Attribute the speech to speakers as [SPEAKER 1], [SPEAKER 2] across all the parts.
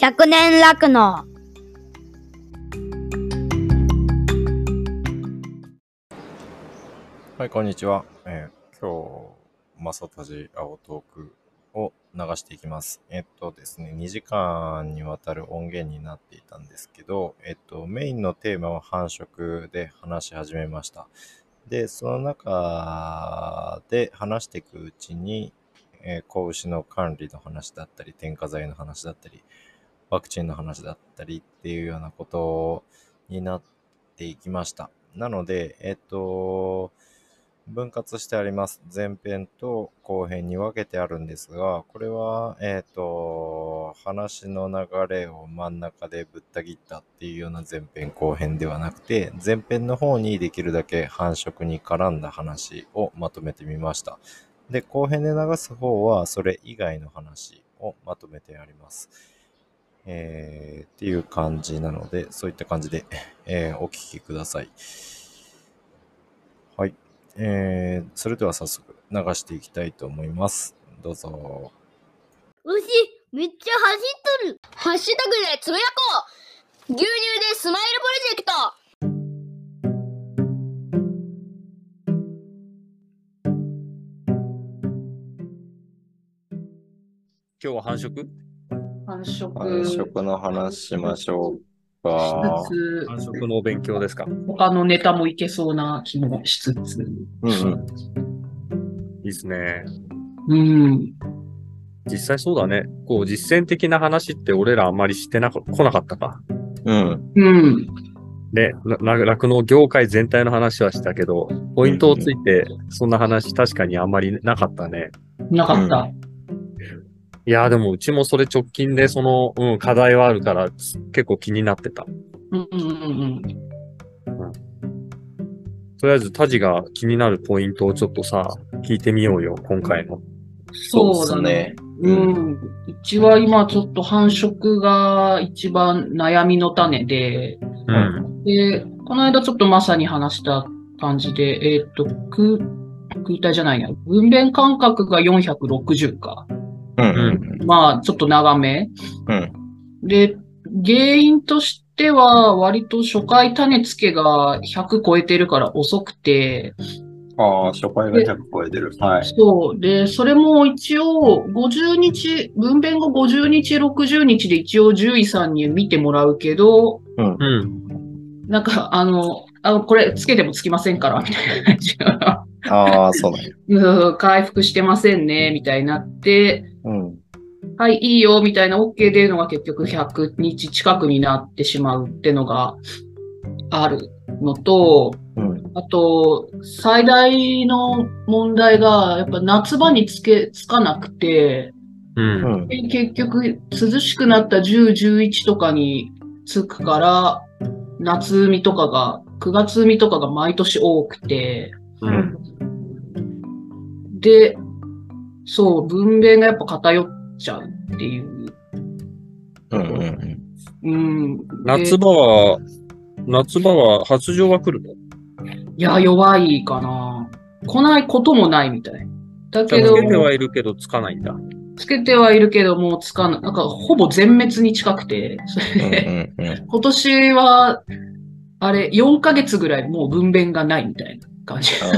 [SPEAKER 1] 100年楽の
[SPEAKER 2] はい、こんにちは。えー今日、まさたじ青トークを流していきます。えっとですね、2時間にわたる音源になっていたんですけど、えっと、メインのテーマは繁殖で話し始めました。で、その中で話していくうちに、えー子牛の管理の話だったり、添加剤の話だったり、ワクチンの話だったりっていうようなことになっていきました。なので、えっと、分割してあります。前編と後編に分けてあるんですが、これは、えっ、と、話の流れを真ん中でぶった切ったっていうような前編後編ではなくて、前編の方にできるだけ繁殖に絡んだ話をまとめてみました。で、後編で流す方は、それ以外の話をまとめてあります。えーっていう感じなので、そういった感じで、えーお聞きください。はい。えーそれでは早速流していきたいと思います。どうぞ。
[SPEAKER 3] 牛、めっちゃ走っとる。ハッシュタグでつぶやこう。牛乳でスマイルプロジェクト。
[SPEAKER 4] 今日は繁殖
[SPEAKER 5] 繁殖。
[SPEAKER 2] 繁殖の話しましょうか
[SPEAKER 5] し。つ
[SPEAKER 4] 繁殖のお勉強ですか
[SPEAKER 5] つ、他のネタもいけそうな気もしつつ。
[SPEAKER 2] うんうん、
[SPEAKER 4] いいですね。
[SPEAKER 5] うん。
[SPEAKER 4] 実際そうだね。こう、実践的な話って俺らあんまりしてなか、来なかったか。
[SPEAKER 2] うん、
[SPEAKER 5] うん。
[SPEAKER 4] で、らら酪農業界全体の話はしたけど、ポイントをついて、そんな話確かにあんまりなかったね。
[SPEAKER 5] なかった。
[SPEAKER 4] いやーでもうちもそれ直近で、その、うん、課題はあるから、結構気になってた。
[SPEAKER 5] うんうんうん
[SPEAKER 4] とりあえず、タジが気になるポイントをちょっとさ、聞いてみようよ、今回の。
[SPEAKER 5] そうだね。うん。うちは今ちょっと繁殖が一番悩みの種で、
[SPEAKER 4] うん。
[SPEAKER 5] で、この間ちょっとまさに話した感じで、えーっと、空、空体じゃないな。分娩間隔が460か。
[SPEAKER 2] うん、
[SPEAKER 4] う
[SPEAKER 5] まあ、ちょっと長め。
[SPEAKER 2] うん、
[SPEAKER 5] で、原因としては、割と初回種付けが100超えてるから遅くて、
[SPEAKER 2] ああ、初回が100超えてる。はい。
[SPEAKER 5] そう。で、それも一応、50日、分娩後50日、60日で一応獣医さんに見てもらうけど、
[SPEAKER 4] うん。
[SPEAKER 5] なんか、あの、あこれ、つけてもつきませんから、みたいな感じが、
[SPEAKER 2] ああ、そうだね。
[SPEAKER 5] うん回復してませんね、みたいになって、
[SPEAKER 2] うん、
[SPEAKER 5] はい、いいよ、みたいな OK 出るのが結局100日近くになってしまうってのがあるのと、
[SPEAKER 2] うん、
[SPEAKER 5] あと、最大の問題が、やっぱ夏場につけ、つかなくて、
[SPEAKER 4] うん。
[SPEAKER 2] うん、
[SPEAKER 5] で結局涼しくなった10、11とかにつくから、夏海とかが、9月海とかが毎年多くて、
[SPEAKER 4] うん。
[SPEAKER 5] で、そう、分娩がやっぱ偏っちゃうっていう。
[SPEAKER 2] うん、うん。
[SPEAKER 5] うん。で
[SPEAKER 4] 夏場は、夏場は発情は来るの
[SPEAKER 5] いや、弱いかな。来ないこともないみたい。だ
[SPEAKER 4] じゃあ
[SPEAKER 5] けど
[SPEAKER 4] つ、けてはいるけど、つかないんだ。
[SPEAKER 5] つけてはいるけど、もうつかない。なんか、ほぼ全滅に近くて、それで
[SPEAKER 2] うん、うん。
[SPEAKER 5] 今年は、あれ、4ヶ月ぐらいもう分娩がないみたいな感じ。
[SPEAKER 4] あ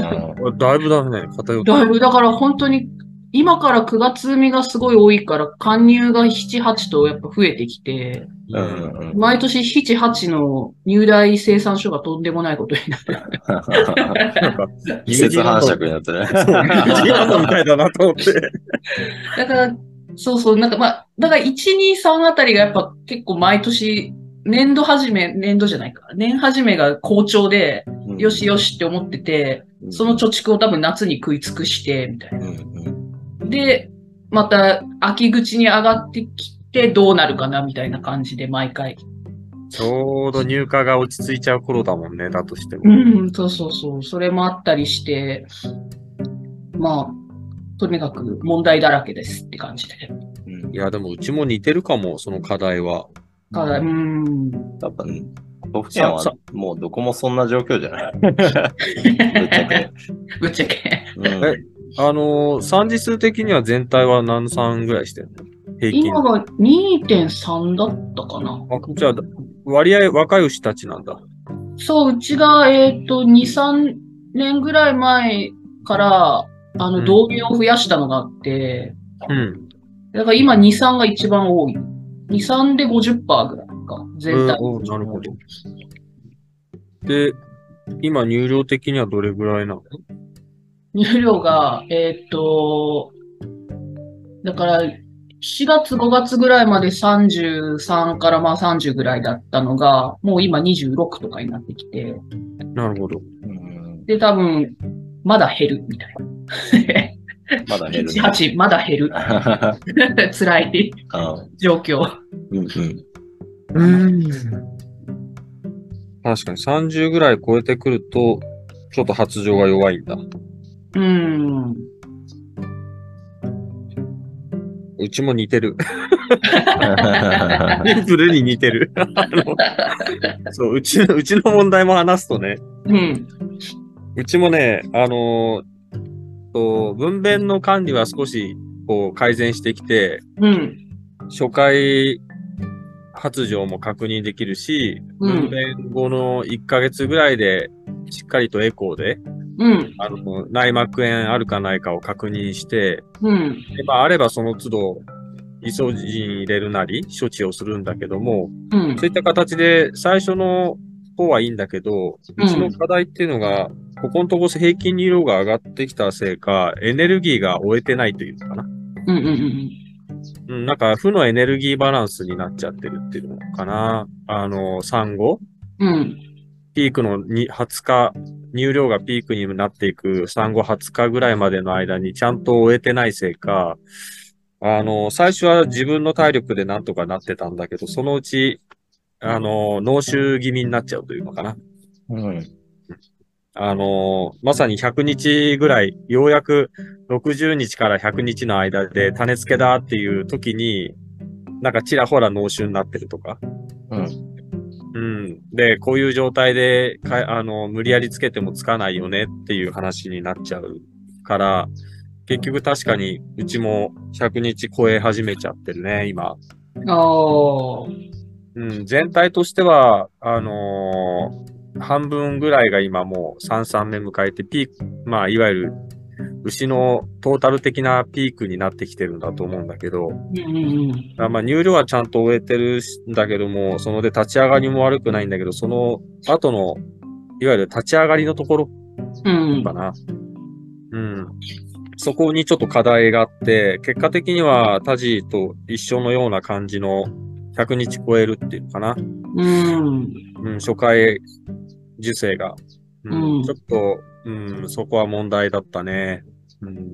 [SPEAKER 4] だいぶだね、偏ってる。
[SPEAKER 5] だいぶ、だから本当に、今から9月産みがすごい多いから、貫入が7、8とやっぱ増えてきて、
[SPEAKER 2] うん、うん、うん。
[SPEAKER 5] 毎年7、8の入大生産所がとんでもないことに なる。
[SPEAKER 4] なんか、
[SPEAKER 2] 季節繁殖になって ね。
[SPEAKER 4] ニュージーランドみたいだなと思って。
[SPEAKER 5] だから、そうそう、なんかまあ、だから1、2、3あたりがやっぱ結構毎年、年度始め、年度じゃないか、年始めが好調で、よしよしって思ってて、その貯蓄を多分夏に食い尽くして、みたい
[SPEAKER 2] うん、うん、
[SPEAKER 5] な。で、また秋口に上がってきてどうなるかな、みたいな感じで毎回。
[SPEAKER 4] ちょうど入荷が落ち着いちゃう頃だもんね、だとしても。
[SPEAKER 5] うん、そうそうそう、それもあったりして、まあ、とにかく問題だらけですって感じで。
[SPEAKER 2] うん
[SPEAKER 4] い。や、でもうちも似てるかも、その課題は。
[SPEAKER 5] ただ、うん。
[SPEAKER 2] 多分、都府県は
[SPEAKER 4] さ
[SPEAKER 2] もうどこもそんな状況じゃない。ぶっちゃけ。
[SPEAKER 5] ぶっちゃけ。
[SPEAKER 2] うん
[SPEAKER 4] えあのー、産時数的には全体は何産ぐらいしてるの平均。
[SPEAKER 5] 今が2.3だったかな。
[SPEAKER 4] あじゃあ、割合若い牛たちなんだ。
[SPEAKER 5] そう、うちが、えっ、と、2、3年ぐらい前から、あ
[SPEAKER 4] う
[SPEAKER 5] の、
[SPEAKER 4] ん
[SPEAKER 5] 動員を増やしたのがあって、
[SPEAKER 4] うん。
[SPEAKER 5] だから今2、3が一番多い。2、3で50%ぐらいか、全体。
[SPEAKER 4] うんなるほど。で、今入量的にはどれぐらいなの
[SPEAKER 5] 入量が、えーっと、だから、4月、5月ぐらいまで33からまあ30ぐらいだったのが、もう今26とかになってきて、
[SPEAKER 4] なるほど。
[SPEAKER 6] うん
[SPEAKER 5] で、多分、まだ減るみたいな。
[SPEAKER 6] まだ減る、
[SPEAKER 5] 1、8、まだ減る。辛い
[SPEAKER 6] あ
[SPEAKER 5] 状況。
[SPEAKER 6] うんうん
[SPEAKER 4] うん。確かに30ぐらい超えてくると、ちょっと発情が弱いんだ。
[SPEAKER 5] うん。
[SPEAKER 4] うちも似て る。シンプルに似て る。あのそう、うちの、うちの問題も話すとね、
[SPEAKER 5] うん。
[SPEAKER 4] うちもね、あのーと、分娩の管理は少し、こう、改善してきて、
[SPEAKER 5] うん。
[SPEAKER 4] 初回発情も確認できるし、
[SPEAKER 5] う
[SPEAKER 4] 分
[SPEAKER 5] ん。
[SPEAKER 4] 娩後の1ヶ月ぐらいで、しっかりとエコーで、
[SPEAKER 5] うん。
[SPEAKER 4] あの、内膜炎あるかないかを確認して、
[SPEAKER 5] うん。
[SPEAKER 4] でまあ、あればその都度、イソジン入れるなり、処置をするんだけども、
[SPEAKER 5] うん
[SPEAKER 4] そういった形で最初の方はいいんだけど、
[SPEAKER 5] うん
[SPEAKER 4] うちの課題っていうのが、ここのとこ平均流量が上がってきたせいか、エネルギーが終えてないというのかな。
[SPEAKER 5] うん。うん。
[SPEAKER 4] うん、なんか負のエネルギーバランスになっちゃってるっていうのかな。あの、産後、
[SPEAKER 5] うん。
[SPEAKER 4] ピークのに20日、入量がピークになっていく産後20日ぐらいまでの間にちゃんと終えてないせいか、あの、最初は自分の体力でなんとかなってたんだけど、そのうち、あの、脳臭気味になっちゃうというのかな。
[SPEAKER 6] うん
[SPEAKER 4] あのーまさに100日ぐらい、ようやく60日から100日の間で種付けだっていう時に、なんかちらほら脳腫になってるとか。
[SPEAKER 6] うん
[SPEAKER 4] うん。で、こういう状態でか、あの、無理やりつけてもつかないよねっていう話になっちゃうから、結局確かにうちも100日超え始めちゃってるね、今。
[SPEAKER 5] ああ。
[SPEAKER 4] うん、全体としては、あのー半分ぐらいが今もう3、3目迎えてピーク、まあ、いわゆる牛のトータル的なピークになってきてるんだと思うんだけど、
[SPEAKER 5] うん。うん。
[SPEAKER 4] あまあ、入量はちゃんと終えてるんだけども、そので立ち上がりも悪くないんだけど、その後の、いわゆる立ち上がりのところ
[SPEAKER 5] うん
[SPEAKER 4] か。な。うん。そこにちょっと課題があって、結果的にはタジと一緒のような感じの100日超えるっていうのかな。
[SPEAKER 5] うん。
[SPEAKER 4] うん、初回受精が、うん
[SPEAKER 5] うん
[SPEAKER 4] ちょっと、うん、そこは問題だったね。うん、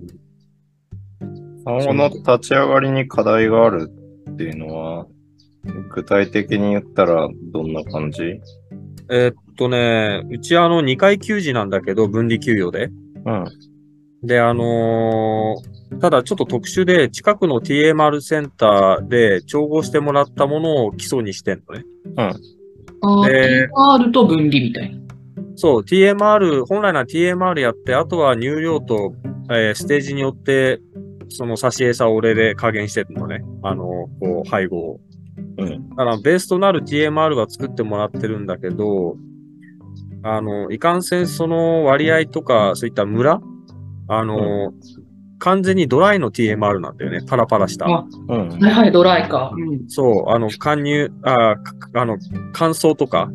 [SPEAKER 6] 産後の立ち上がりに課題があるっていうのは、具体的に言ったらどんな感じ
[SPEAKER 4] えーっとね、うちあの2回休児なんだけど、分離休養で。
[SPEAKER 6] うん。
[SPEAKER 4] で、あのーただちょっと特殊で、近くの TMR センターで調合してもらったものを基礎にしてんのね。
[SPEAKER 5] ああ、
[SPEAKER 4] え
[SPEAKER 5] TR と分離みたいな。
[SPEAKER 4] そう、TMR、本来なら TMR やって、あとは乳量と、えーステージによって、その差し餌を俺で加減してるのね。あの、こう、配合を。
[SPEAKER 6] うん。
[SPEAKER 4] だからベースとなる TMR は作ってもらってるんだけど、あの、いかんせんその割合とか、そういったムラあの、完全にドライの TMR なんだよね。パラパラした。
[SPEAKER 5] あ
[SPEAKER 6] うん。
[SPEAKER 5] はいはい、ドライか。
[SPEAKER 4] そう、あの、貫入、あーかあの、乾燥とか、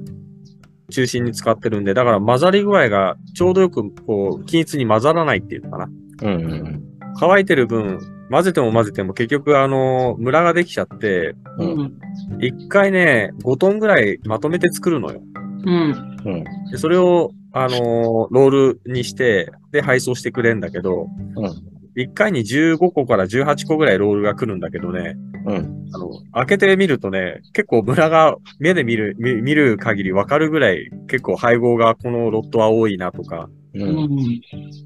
[SPEAKER 4] 中心に使ってるんで、だから混ざり具合がちょうどよく、こう、均一に混ざらないっていうのかな。
[SPEAKER 6] うんうん
[SPEAKER 4] 乾いてる分、混ぜても混ぜても結局、あの、ムラができちゃって、
[SPEAKER 5] う
[SPEAKER 6] うん
[SPEAKER 5] ん。
[SPEAKER 4] 一回ね、5トンぐらいまとめて作るのよ。
[SPEAKER 5] うん。
[SPEAKER 6] うん。
[SPEAKER 4] で、それを、あのーロールにして、で、配送してくれんだけど、
[SPEAKER 6] うん
[SPEAKER 4] 一回に15個から18個ぐらいロールが来るんだけどね、
[SPEAKER 6] うん。
[SPEAKER 4] あの、開けてみるとね、結構ムラが目で見る、見見る限りわかるぐらい、結構配合がこのロットは多いなとか、
[SPEAKER 5] う
[SPEAKER 6] うん。
[SPEAKER 5] ん。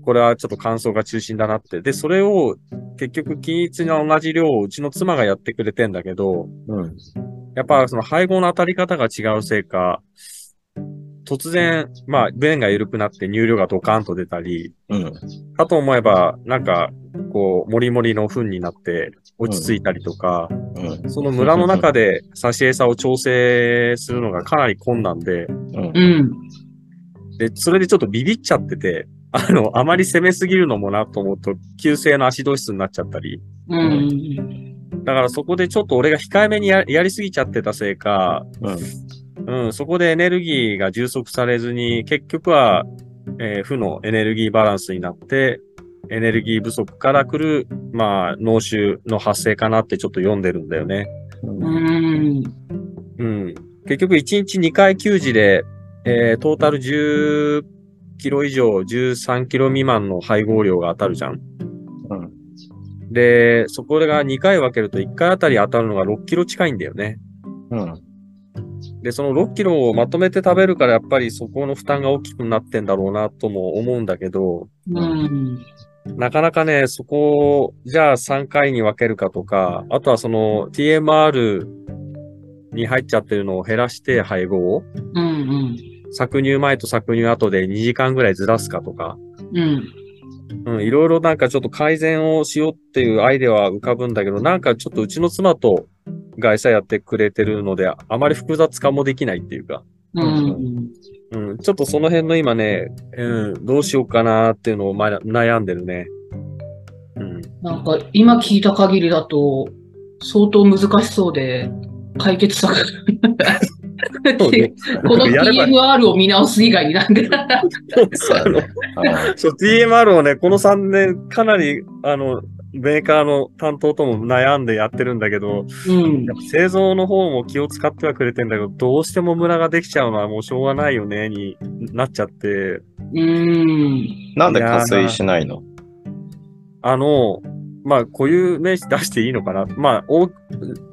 [SPEAKER 4] これはちょっと乾燥が中心だなって。で、それを結局均一の同じ量をうちの妻がやってくれてんだけど、
[SPEAKER 6] うん。
[SPEAKER 4] やっぱその配合の当たり方が違うせいか、突然、まあ、便が緩くなって乳量がドカンと出たり、
[SPEAKER 6] うん。
[SPEAKER 4] かと思えば、なんか、こう、もりもりの糞になって落ち着いたりとか、
[SPEAKER 6] うん
[SPEAKER 4] その村の中で差し餌を調整するのがかなり困難で、
[SPEAKER 6] うん
[SPEAKER 5] うん。
[SPEAKER 4] で、それでちょっとビビっちゃってて、あの、あまり攻めすぎるのもなと思うと、急性の足同質になっちゃったり、
[SPEAKER 5] うん。
[SPEAKER 4] だからそこでちょっと俺が控えめにややりすぎちゃってたせいか、
[SPEAKER 6] うん
[SPEAKER 4] うん、そこでエネルギーが充足されずに、結局は、えー負のエネルギーバランスになって、エネルギー不足から来る、まあ、脳臭の発生かなってちょっと読んでるんだよね。
[SPEAKER 5] うん。
[SPEAKER 4] うん。結局1日2回給仕で、えートータル10キロ以上、13キロ未満の配合量が当たるじゃん。
[SPEAKER 6] うん
[SPEAKER 4] で、そこが2回分けると1回あたり当たるのが6キロ近いんだよね。
[SPEAKER 6] うん
[SPEAKER 4] で、その6キロをまとめて食べるからやっぱりそこの負担が大きくなってんだろうなとも思うんだけど、
[SPEAKER 5] うん。
[SPEAKER 4] なかなかね、そこを、じゃあ3回に分けるかとか、あとはその TMR に入っちゃってるのを減らして配合を、
[SPEAKER 5] うん。
[SPEAKER 4] 搾乳前と搾乳後で2時間ぐらいずらすかとか、
[SPEAKER 5] うん。
[SPEAKER 4] うん、いろいろなんかちょっと改善をしようっていうアイデアは浮かぶんだけど、なんかちょっとうちの妻と外社やってくれてるので、あまり複雑化もできないっていうか、
[SPEAKER 5] うん。
[SPEAKER 4] うん、ちょっとその辺の今ね、うん、どうしようかなっていうのをま悩んでるね。うん。
[SPEAKER 5] なんか、今聞いた限りだと、相当難しそうで、解決策。
[SPEAKER 4] そうね
[SPEAKER 5] この
[SPEAKER 4] やれば
[SPEAKER 5] TMR を見直す以外になんで。
[SPEAKER 4] そうあの
[SPEAKER 6] はい
[SPEAKER 4] そう、TMR をね、この3年、かなり、あの、メーカーの担当とも悩んでやってるんだけど、
[SPEAKER 5] うん
[SPEAKER 4] や。っぱ製造の方も気を使ってはくれてんだけど、どうしてもムラができちゃうのはもうしょうがないよね、になっちゃって、
[SPEAKER 5] うん。
[SPEAKER 6] なんで加水しないの
[SPEAKER 4] あの、まあ、固有名詞出していいのかな。まあ、お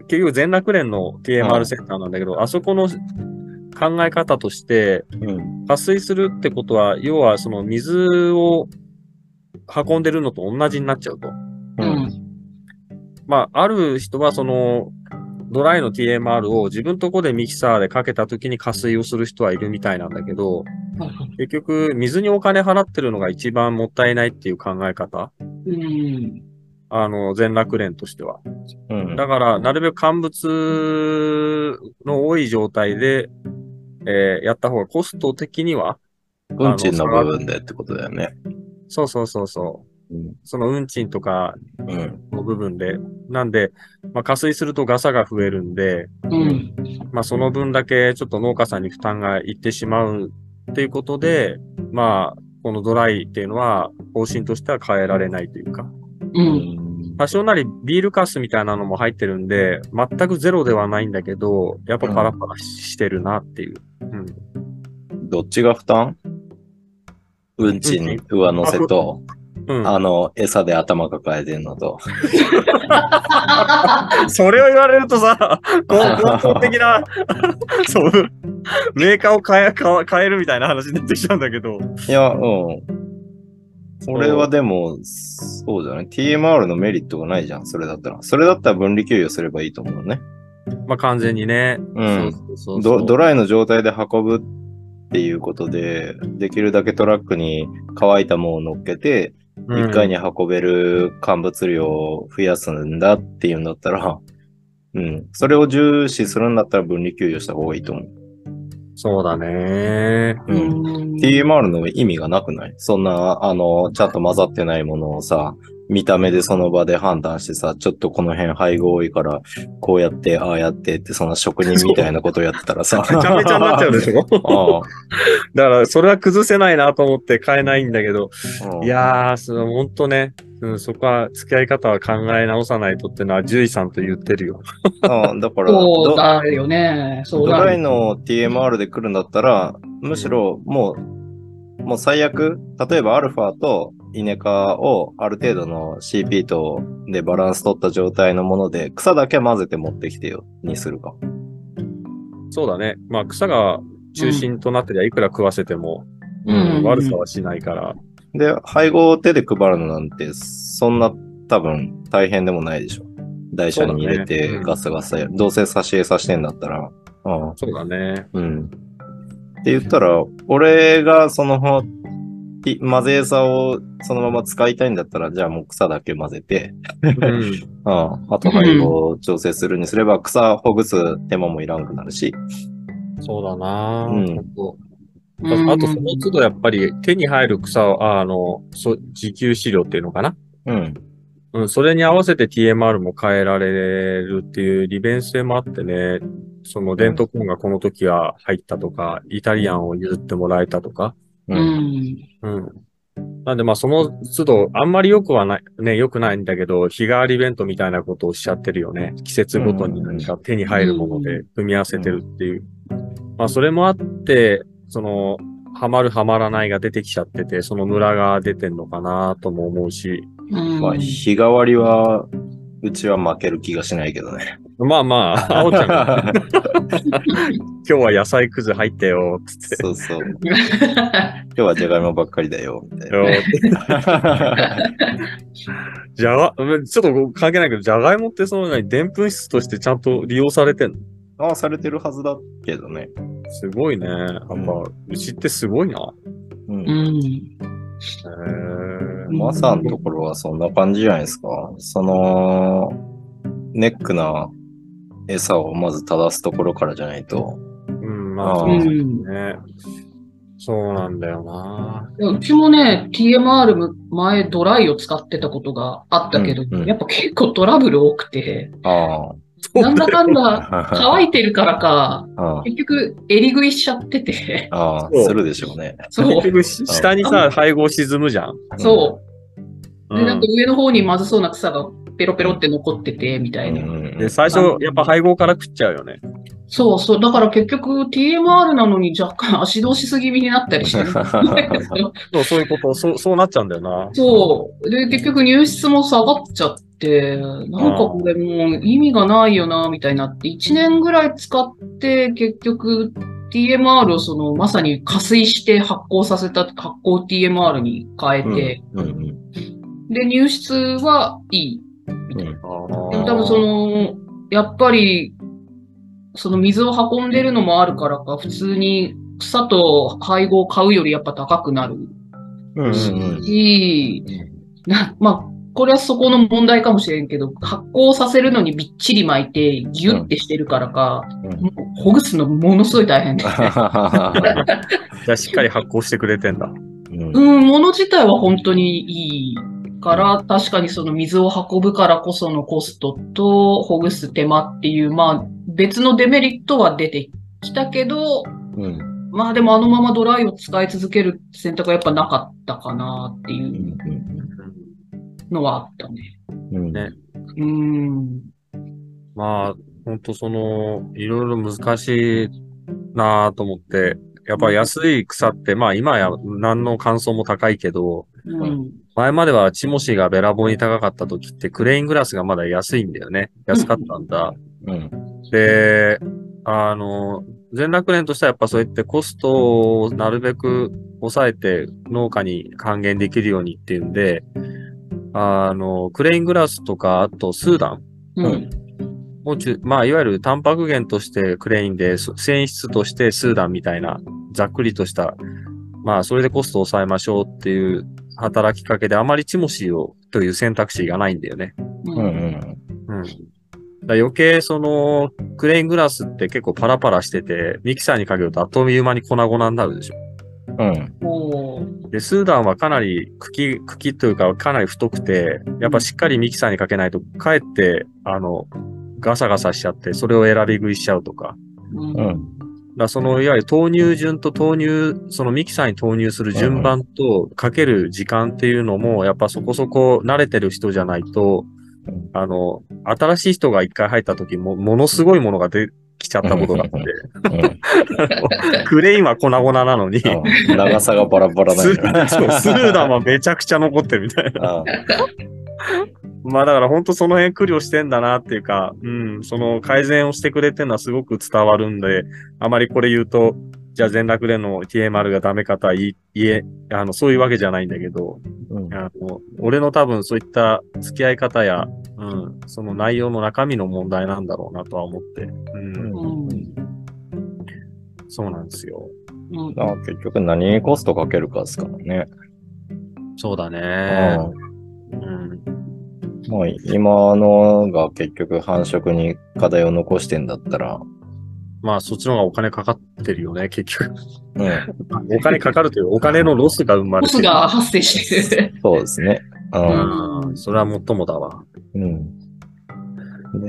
[SPEAKER 4] 結局全楽連の
[SPEAKER 6] は
[SPEAKER 4] TMR
[SPEAKER 6] い
[SPEAKER 4] センターなんだけど、あそこの考え方として、
[SPEAKER 6] うん
[SPEAKER 4] 加水するってことは、要はその水を運んでるのと同じになっちゃうと。
[SPEAKER 5] う
[SPEAKER 6] うん
[SPEAKER 5] ん。
[SPEAKER 4] まあ、ある人はその、ドライの TMR を自分とこでミキサーでかけた時に加水をする人はいるみたいなんだけど、結局、水にお金払ってるのが一番もったいないっていう考え方。
[SPEAKER 5] うん。
[SPEAKER 4] あの、全楽連としては。
[SPEAKER 6] うん
[SPEAKER 4] だから、なるべく乾物の多い状態で、えーやった方がコスト的には、
[SPEAKER 6] 運賃の部分でってことだよね。
[SPEAKER 4] そうそうそうそう。
[SPEAKER 6] うん
[SPEAKER 4] その運賃とか
[SPEAKER 6] うん
[SPEAKER 4] の部分で。なんで、まあ、加水するとガサが増えるんで、
[SPEAKER 5] うん。
[SPEAKER 4] まあ、その分だけちょっと農家さんに負担がいってしまうっていうことで、まあ、このドライっていうのは方針としては変えられないというか、
[SPEAKER 5] うん。
[SPEAKER 4] 多少なりビールカスみたいなのも入ってるんで、全くゼロではないんだけど、やっぱパラパラしてるなっていう。うん。
[SPEAKER 6] どっちが負担運賃上乗せと、
[SPEAKER 4] うん。
[SPEAKER 6] あの、餌で頭抱えてんのと。
[SPEAKER 4] それを言われると さ、根本的な、 そう、メーカーを変え変え、変えるみたいな話になってきちゃうんだけど。
[SPEAKER 6] いや、うん。これはでも、そうじゃない ?TMR のメリットがないじゃん、それだったら。それだったら分離給与すればいいと思うね。
[SPEAKER 4] まあ完全にね。
[SPEAKER 6] うん。
[SPEAKER 4] そうそうそう
[SPEAKER 6] ドドライの状態で運ぶっていうことで、できるだけトラックに乾いたものを乗っけて、1回に運べる乾物量を増やすんだっていうんだったら、うん、それを重視するんだったら分離給与した方がいいと思う。
[SPEAKER 4] そうだね。
[SPEAKER 6] うん、TMR の意味がなくないそんな、あの、ちゃんと混ざってないものをさ、見た目でその場で判断してさ、ちょっとこの辺配合多いから、こうやって、ああやってって、そんな職人みたいなことやってたらさ、
[SPEAKER 4] めちゃめちゃになっちゃうでしょ
[SPEAKER 6] あ
[SPEAKER 4] だから、それは崩せないなと思って変えないんだけど、
[SPEAKER 6] あうん
[SPEAKER 4] いやー、そのほんとね、うん、そこは、付き合い方は考え直さないとってのは、獣医さんと言ってるよ。
[SPEAKER 6] ああだから、
[SPEAKER 5] そう
[SPEAKER 6] ド
[SPEAKER 5] だよね。そう
[SPEAKER 6] ド
[SPEAKER 5] だ
[SPEAKER 6] ライの TMR で来るんだったら、むしろもう、もう最悪、例えばアルファとイネ科をある程度の CP とでバランス取った状態のもので、草だけ混ぜて持ってきてよ、にするか。
[SPEAKER 4] そうだね。まあ、草が中心となってりゃ、いくら食わせても、
[SPEAKER 5] う
[SPEAKER 4] うん
[SPEAKER 5] ん。
[SPEAKER 4] 悪さはしないから。
[SPEAKER 6] で、配合を手で配るのなんて、そんな多分大変でもないでしょ。台車に入れ
[SPEAKER 4] そうだね
[SPEAKER 6] て
[SPEAKER 4] うん
[SPEAKER 6] ガサガサやる。どうせ差し餌してんだったら。うん
[SPEAKER 4] そうだね。
[SPEAKER 6] うん。って言ったら、俺がそのぴ混ぜ餌をそのまま使いたいんだったら、じゃあもう草だけ混ぜて、
[SPEAKER 4] うん。
[SPEAKER 6] うん、あと配合を調整するにすれば、草ほぐす手間もいらんくなるし、
[SPEAKER 4] そうだなぁ、
[SPEAKER 6] うん
[SPEAKER 4] ほんと
[SPEAKER 5] うん
[SPEAKER 4] あと、その都度やっぱり手に入る草を、ああの、そう自給飼料っていうのかな
[SPEAKER 6] うん、
[SPEAKER 4] うん、それに合わせて TMR も変えられるっていう利便性もあってね、その伝統コーンがこの時は入ったとか、イタリアンを譲ってもらえたとか、
[SPEAKER 5] う
[SPEAKER 6] う、
[SPEAKER 5] んん。
[SPEAKER 4] うん。なんでまあその都度、あんまり良くはない、ね、良くないんだけど、日替わりイベントみたいなことをしちゃってるよね。季節ごとに何か手に入るもので組み合わせてるっていう。まあそれもあって、その、ハマるハマらないが出てきちゃってて、そのムラが出てんのかなとも思うし、
[SPEAKER 5] うん
[SPEAKER 6] まあ、日替わりは、うちは負ける気がしないけどね。
[SPEAKER 4] まあまあ、青ちゃんが今日は野菜くず入ったよ、つって。
[SPEAKER 6] そうそう。今日はじゃがいもばっかりだよ、みたい な。
[SPEAKER 4] じゃが、うんちょっとこう関係ないけど、じゃがいもってその何、でんぷん質としてちゃんと利用されてんの
[SPEAKER 6] ああ、されてるはずだけどね。
[SPEAKER 4] すごいね。やっぱ
[SPEAKER 6] う、
[SPEAKER 4] 牛ってすごいな。
[SPEAKER 6] うん
[SPEAKER 5] うん。
[SPEAKER 4] へー
[SPEAKER 6] マサのところはそんな感じじゃないですか。その、ネックな餌をまず正すところからじゃないと。
[SPEAKER 4] うん、まあ、
[SPEAKER 6] あ
[SPEAKER 4] そ
[SPEAKER 6] ー
[SPEAKER 4] ううだね。
[SPEAKER 5] ん。
[SPEAKER 4] そうなんだよな。
[SPEAKER 5] うちもね、TMR も前ドライを使ってたことがあったけど、
[SPEAKER 6] うんうん
[SPEAKER 5] やっぱ結構トラブル多くて、
[SPEAKER 6] あ
[SPEAKER 5] なんだかんだ
[SPEAKER 6] あ。
[SPEAKER 5] 乾
[SPEAKER 6] い
[SPEAKER 5] いてるからか、
[SPEAKER 6] あ
[SPEAKER 5] 結局襟食いしちゃって て、
[SPEAKER 6] あああ
[SPEAKER 4] そう
[SPEAKER 6] するでしょうね。
[SPEAKER 5] そう
[SPEAKER 4] 結。局し、下にさ、配合沈むじゃん。
[SPEAKER 5] そうう。で、なん
[SPEAKER 4] ん
[SPEAKER 5] か上の方にまずそうな草がペロペロって残ってて、みたいな。
[SPEAKER 6] うん
[SPEAKER 4] で、最初、やっぱ配合から食っちゃうよね。
[SPEAKER 5] そうそう。だから結局 TMR なのに若干足通しすぎ味になったりしてね
[SPEAKER 4] そうそういうこと、そう、そうなっちゃうんだよな。
[SPEAKER 5] そう。で、結局入室も下がっちゃって、なんかこれもう意味がないよな、みたいになって、1年ぐらい使って、結局 TMR をその、まさに加水して発酵させた、発酵 TMR に変えて、
[SPEAKER 6] うんうん
[SPEAKER 5] で、入室はいい。
[SPEAKER 6] うん
[SPEAKER 4] あ
[SPEAKER 5] で
[SPEAKER 4] ー
[SPEAKER 5] も多分その、やっぱり、その水を運んでるのもあるからか、普通に草と配合を買うよりやっぱ高くなる
[SPEAKER 6] うんうん
[SPEAKER 5] し、なまあ、これはそこの問題かもしれんけど、発酵させるのにびっちり巻いて、ギュってしてるからか、
[SPEAKER 6] うん
[SPEAKER 5] もうほぐすのものすごい大変で。
[SPEAKER 4] じゃあしっかり発酵してくれてんだ。
[SPEAKER 6] うん
[SPEAKER 5] うん、もの自体は本当にいいから、確かにその水を運ぶからこそのコストと、ほぐす手間っていう、まあ、別のデメリットは出てきたけど、
[SPEAKER 6] うん
[SPEAKER 5] まあでもあのままドライを使い続ける選択はやっぱなかったかなって
[SPEAKER 6] う
[SPEAKER 5] いうんのはあったね。
[SPEAKER 6] うん
[SPEAKER 4] ね
[SPEAKER 5] うん。
[SPEAKER 4] まあ、ほんとその、いろいろ難しいなぁと思って、やっぱ安い草って、まあ今や何の乾燥も高いけど、
[SPEAKER 5] うん。
[SPEAKER 4] 前まではチモシーがべらぼうに高かった時ってクレイングラスがまだ安いんだよね。安かったんだ。
[SPEAKER 6] うん
[SPEAKER 4] で、あの、全楽連としてはやっぱそうやってコストをなるべく抑えて農家に還元できるようにっていうんで、あの、クレイングラスとか、あとスーダン
[SPEAKER 5] うん。
[SPEAKER 4] もうちゅまあ、いわゆるタンパク源としてクレインで、そ繊維質としてスーダンみたいな、ざっくりとした、まあ、それでコストを抑えましょうっていう働きかけで、あまりチモシーをという選択肢がないんだよね。
[SPEAKER 6] う
[SPEAKER 5] うん。
[SPEAKER 6] ん
[SPEAKER 4] うん。だから余計、その、クレイングラスって結構パラパラしてて、ミキサーにかけるとあっという間に粉々になるでしょ。
[SPEAKER 6] うん
[SPEAKER 5] おー
[SPEAKER 4] で、スーダンはかなり茎、茎というかかなり太くて、やっぱしっかりミキサーにかけないと、かえって、あの、ガサガサしちゃって、それを選び食いしちゃうとか。
[SPEAKER 5] うん
[SPEAKER 6] うん
[SPEAKER 4] だからそのいわゆる投入順と投入、そのミキサーに投入する順番とかける時間っていうのも、やっぱそこそこ慣れてる人じゃないと
[SPEAKER 6] うん、
[SPEAKER 4] あの、新しい人が一回入った時も、ものすごいものが出きちゃったことがあって、
[SPEAKER 6] うん
[SPEAKER 4] クレインは粉々なのに、ス
[SPEAKER 6] うん長さがバラバラだよね
[SPEAKER 4] ーそうスーダンはめちゃくちゃ残ってるみたいな。
[SPEAKER 6] あ
[SPEAKER 4] まあだから本当その辺苦慮してんだなっていうか、うん、その改善をしてくれてるのはすごく伝わるんで、あまりこれ言うと、じゃあ全楽連の TMR がダメかとは言い言え、あの、そういうわけじゃないんだけど、
[SPEAKER 6] うん
[SPEAKER 4] あの、俺の多分そういった付き合い方や、うん、その内容の中身の問題なんだろうなとは思って、うん、
[SPEAKER 5] うん
[SPEAKER 4] そうなんですよ。
[SPEAKER 5] うん
[SPEAKER 6] まあ結局何にコストかけるかですからね。
[SPEAKER 4] そうだね。
[SPEAKER 6] うん
[SPEAKER 4] うん。
[SPEAKER 6] まあ、今のが結局繁殖に課題を残してんだったら、
[SPEAKER 4] まあ、そっちの方がお金かかってるよね、結局。
[SPEAKER 6] うん、
[SPEAKER 4] お金かかるという、お金のロスが生まれ
[SPEAKER 5] ボ
[SPEAKER 4] てる。
[SPEAKER 5] スが発生してる。
[SPEAKER 6] そうですね。
[SPEAKER 4] うん。それはもっともだわ。
[SPEAKER 6] うん。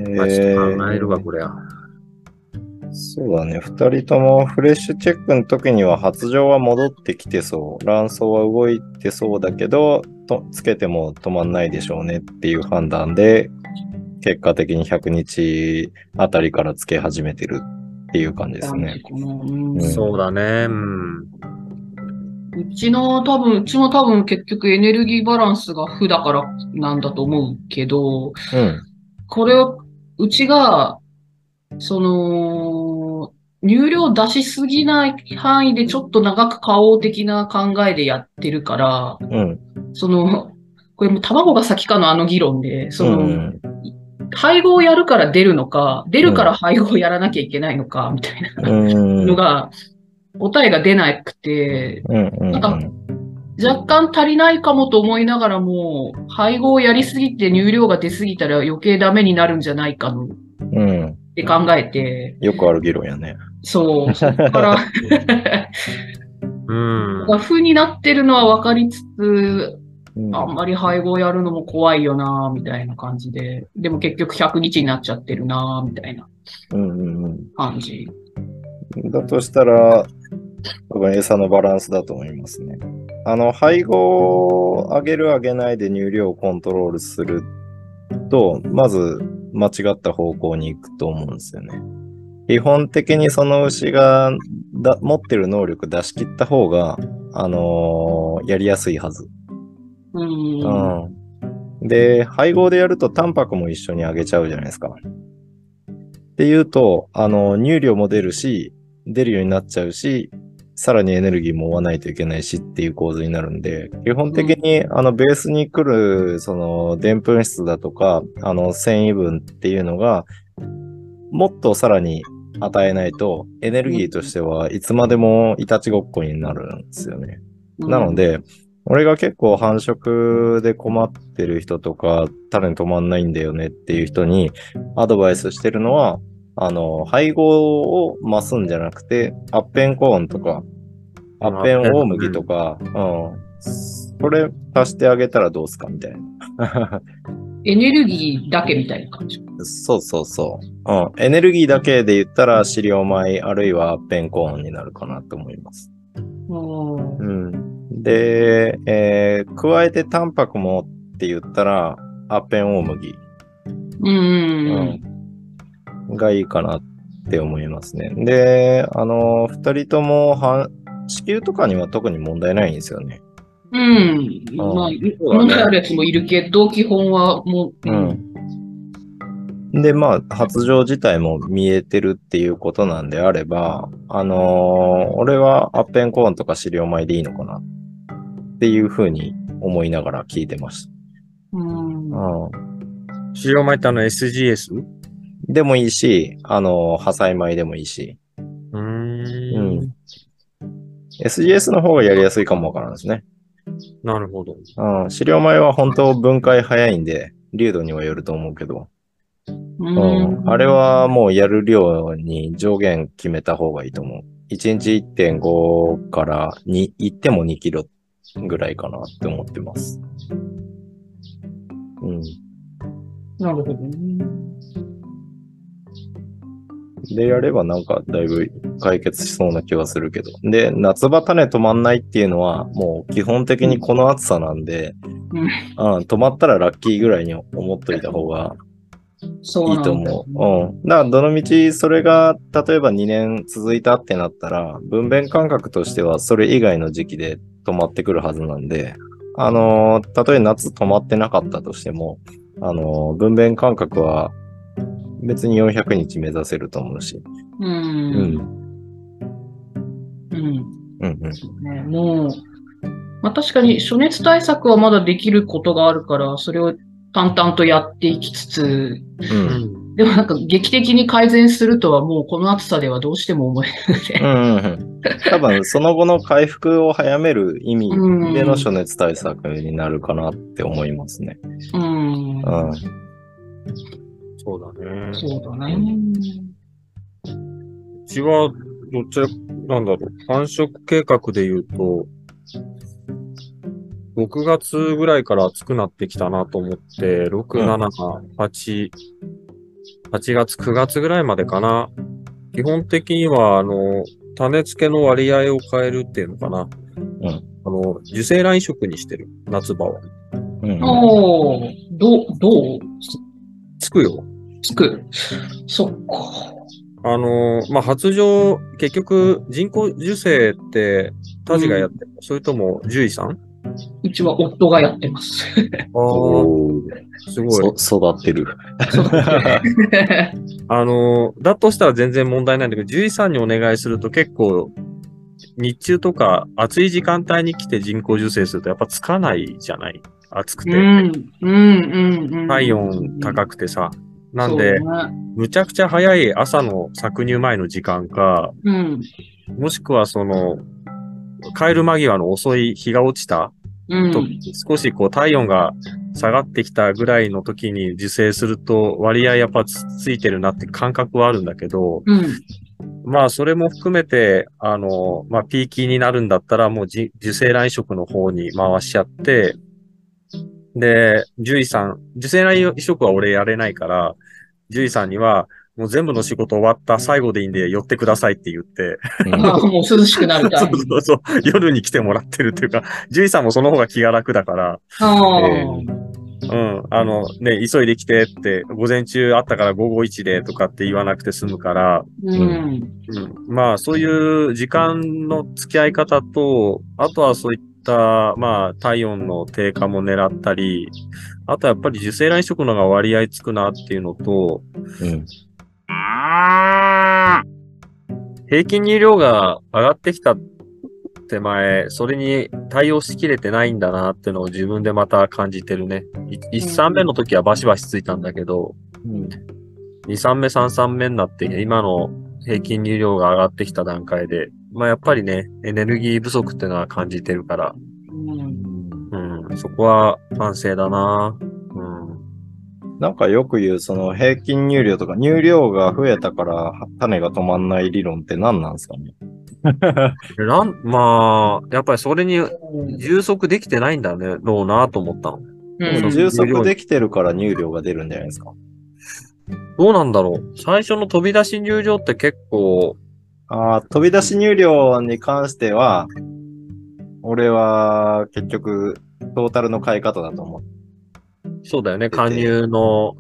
[SPEAKER 6] で、
[SPEAKER 4] まあ、ちょっと考えるわ、これは。
[SPEAKER 6] そうだね。二人ともフレッシュチェックの時には発情は戻ってきてそう。卵巣は動いてそうだけど、とつけても止まんないでしょうねっていう判断で、結果的に100日あたりからつけ始めてるっていう感じですね。
[SPEAKER 5] このうん
[SPEAKER 6] うん
[SPEAKER 4] そうだね。うん。
[SPEAKER 5] うちの多分、うちも多分結局エネルギーバランスが負だからなんだと思うけど、
[SPEAKER 6] うん。
[SPEAKER 5] これを、うちが、その、乳量出しすぎない範囲でちょっと長く買おう的な考えでやってるから、
[SPEAKER 6] うん。
[SPEAKER 5] その、これも卵が先かのあの議論で、その、
[SPEAKER 6] うん
[SPEAKER 5] 配合をやるから出るのか、出るから配合をやらなきゃいけないのか、みたいな
[SPEAKER 6] うん。
[SPEAKER 5] のが、答えが出なくて、
[SPEAKER 6] うんうん
[SPEAKER 5] なんか若干足りないかもと思いながらも、配合をやりすぎて乳量が出すぎたら余計ダメになるんじゃないかっ
[SPEAKER 6] うん。うん。
[SPEAKER 5] て考えて、
[SPEAKER 6] よくある議論やね。
[SPEAKER 5] そう、そこ から、
[SPEAKER 4] うん。
[SPEAKER 5] 負になってるのは分かりつつ、
[SPEAKER 6] うん
[SPEAKER 5] あんまり配合やるのも怖いよな、みたいな感じで、でも結局100日になっちゃってるな、みたいな
[SPEAKER 6] うんうんうん。
[SPEAKER 5] 感じ。
[SPEAKER 6] だとしたら、多分餌のバランスだと思いますね。あの、配合を上げる上げないで乳量をコントロールすると、まず間違った方向に行くと思うんですよね。基本的にその牛がだ持ってる能力出し切った方が、あのーやりやすいはず。
[SPEAKER 5] うーん。
[SPEAKER 6] うんで、配合でやるとタンパクも一緒にあげちゃうじゃないですか。っていうと、あの、乳量も出るし、出るようになっちゃうし、さらにエネルギーも追わないといけないしっていう構図になるんで、基本的に、あの、ベースに来る、その、でんぷん質だとか、あの、繊維分っていうのが、もっとさらに与えないと、エネルギーとしてはいつまでもいたちごっこになるんですよね。なので、俺が結構繁殖で困ってる人とか、種止まんないんだよねっていう人にアドバイスしてるのは、あの、配合を増すんじゃなくて、アッペンコーンとか、アッペン大麦とか、うん。それ足してあげたらどうすかみたいな。
[SPEAKER 5] エネルギーだけみたいな感じ。
[SPEAKER 6] そうそうそう。うん。エネルギーだけで言ったら飼料米あるいはアッペンコーンになるかなと思います。
[SPEAKER 5] うん
[SPEAKER 6] うん、で、えー加えてタンパクもって言ったら、アッペン大麦、
[SPEAKER 5] うん。
[SPEAKER 6] がいいかなって思いますね。で、あの、二人ともは、子宮とかには特に問題ないんですよね。
[SPEAKER 5] うん。まあ、
[SPEAKER 4] だね
[SPEAKER 5] 問題あるやつもいるけど、基本はもう、うん。
[SPEAKER 6] で、まあ、発情自体も見えてるっていうことなんであれば、あのー俺はアッペンコーンとか飼料米でいいのかなっていうふうに思いながら聞いてまし
[SPEAKER 5] うん
[SPEAKER 6] た。うん
[SPEAKER 4] 資料前ってあの SGS?
[SPEAKER 6] でもいいし、あの、破砕米でもいいし。
[SPEAKER 4] うー。
[SPEAKER 6] うんん。SGS の方がやりやすいかもわからんですね。
[SPEAKER 4] なるほど。
[SPEAKER 6] うん。飼料米は本当分解早いんで、流度にはよると思うけど。うん。あれ、はもうやる量に上限決めた方がいいと思う。1日1.5から2、行っても2キロぐらいかなって思ってます。うん。
[SPEAKER 5] なるほどね。
[SPEAKER 6] でやればなんかだいぶ解決しそうな気はするけど。で、夏場種止まんないっていうのはもう基本的にこの暑さなんで、
[SPEAKER 5] うん
[SPEAKER 6] うん止まったらラッキーぐらいに思っといた方が
[SPEAKER 5] そうな
[SPEAKER 6] い
[SPEAKER 5] いんだ
[SPEAKER 6] と思う。うん。だからどのみちそれが例えば2年続いたってなったら、分娩間隔としてはそれ以外の時期で止まってくるはずなんで、あのー、たとえ夏止まってなかったとしても、あのー、分娩間隔は別に400日目指せると思うし。
[SPEAKER 5] う。
[SPEAKER 6] うんん。
[SPEAKER 5] うん。
[SPEAKER 6] うんうん。
[SPEAKER 5] そうね、もう、まあ確かに暑熱対策はまだできることがあるから、それを淡々とやっていきつつ、
[SPEAKER 6] うん、
[SPEAKER 5] でもなんか劇的に改善するとはもうこの暑さではどうしても思えなく
[SPEAKER 6] う
[SPEAKER 5] て。
[SPEAKER 6] んうんうん。多分、その後の回復を早める意味での暑熱対策になるかなって思いますね。
[SPEAKER 5] うん。
[SPEAKER 6] うん。
[SPEAKER 4] そうだね。
[SPEAKER 5] そうだね。
[SPEAKER 4] うちは、どっちなんだろう。繁殖計画で言うと、6月ぐらいから暑くなってきたなと思って、6、7、8、8月、9月ぐらいまでかな。基本的には、あの、種付けの割合を変えるっていうのかな。
[SPEAKER 6] うん
[SPEAKER 4] あの、受精卵移植にしてる、夏場は。
[SPEAKER 6] うん
[SPEAKER 5] おー、ど、どう
[SPEAKER 4] つくよ。
[SPEAKER 5] つく。そっか。
[SPEAKER 4] あのーまあ、発情、結局、人工授精って、タジがやってる、それとも、獣医さん
[SPEAKER 5] うちは夫がやってます。
[SPEAKER 4] あ
[SPEAKER 6] おー
[SPEAKER 4] あ、すごい。
[SPEAKER 6] そ育ってる。
[SPEAKER 4] あのーだとしたら全然問題ないんだけど、獣医さんにお願いすると結構、日中とか暑い時間帯に来て人工授精するとやっぱつかないじゃない暑く
[SPEAKER 5] う
[SPEAKER 4] て。
[SPEAKER 5] ん、うん、うん。
[SPEAKER 4] 体温高くてさ。なんで
[SPEAKER 5] そ、うね
[SPEAKER 4] むちゃくちゃ早い朝の搾乳前の時間か、
[SPEAKER 5] うん、
[SPEAKER 4] もしくはその、帰る間際の遅い日が落ちた
[SPEAKER 5] うん。
[SPEAKER 4] と少しこう体温が下がってきたぐらいの時に受精すると割合やっぱつついてるなって感覚はあるんだけど、
[SPEAKER 5] うん、
[SPEAKER 4] まあそれも含めて、あの、まあ P キーになるんだったらもうじ受精卵移植の方に回しちゃって、で、獣医さん、受精卵移植は俺やれないから、獣医さんにはもう全部の仕事終わった最後でいいんで寄ってくださいって言って、
[SPEAKER 5] まあ、もう涼しくなるから
[SPEAKER 4] そう。 そうそう、夜に来てもらってるっていうか、獣医さんもその方が気が楽だから、
[SPEAKER 5] あ
[SPEAKER 6] え
[SPEAKER 5] ー
[SPEAKER 4] うん、あのね、急いで来てって、午前中あったから午後1でとかって言わなくて済むから、
[SPEAKER 5] うん。
[SPEAKER 4] うん、まあそういう時間の付き合い方と、あとはそういった、まあ体温の低下も狙ったり、あとはやっぱり受精卵移植の方が割合つくなっていうのと、
[SPEAKER 6] うん
[SPEAKER 4] 平均乳量が上がってきた手前、それに対応しきれてないんだなっていうのを自分でまた感じてるね。1、3目の時はバシバシついたんだけど、2、3目、3、3目になって、今の平均乳量が上がってきた段階で、まあやっぱりね、エネルギー不足ってのは感じてるから、
[SPEAKER 5] うん
[SPEAKER 4] うん、そこは反省だなうん。
[SPEAKER 6] なんかよく言う、その平均乳量とか乳量が増えたから種が止まんない理論って何なんですかね
[SPEAKER 4] でなん、まあ、やっぱりそれに充足できてないんだね、ろうなと思ったの。
[SPEAKER 5] うん
[SPEAKER 4] そう
[SPEAKER 6] 充足できてるから乳量が出るんじゃないですか。
[SPEAKER 4] どうなんだろう最初の飛び出し入場って結構、
[SPEAKER 6] ああ、飛び出し乳量に関しては、俺は結局トータルの買い方だと思って。
[SPEAKER 4] そうだよね、加入の、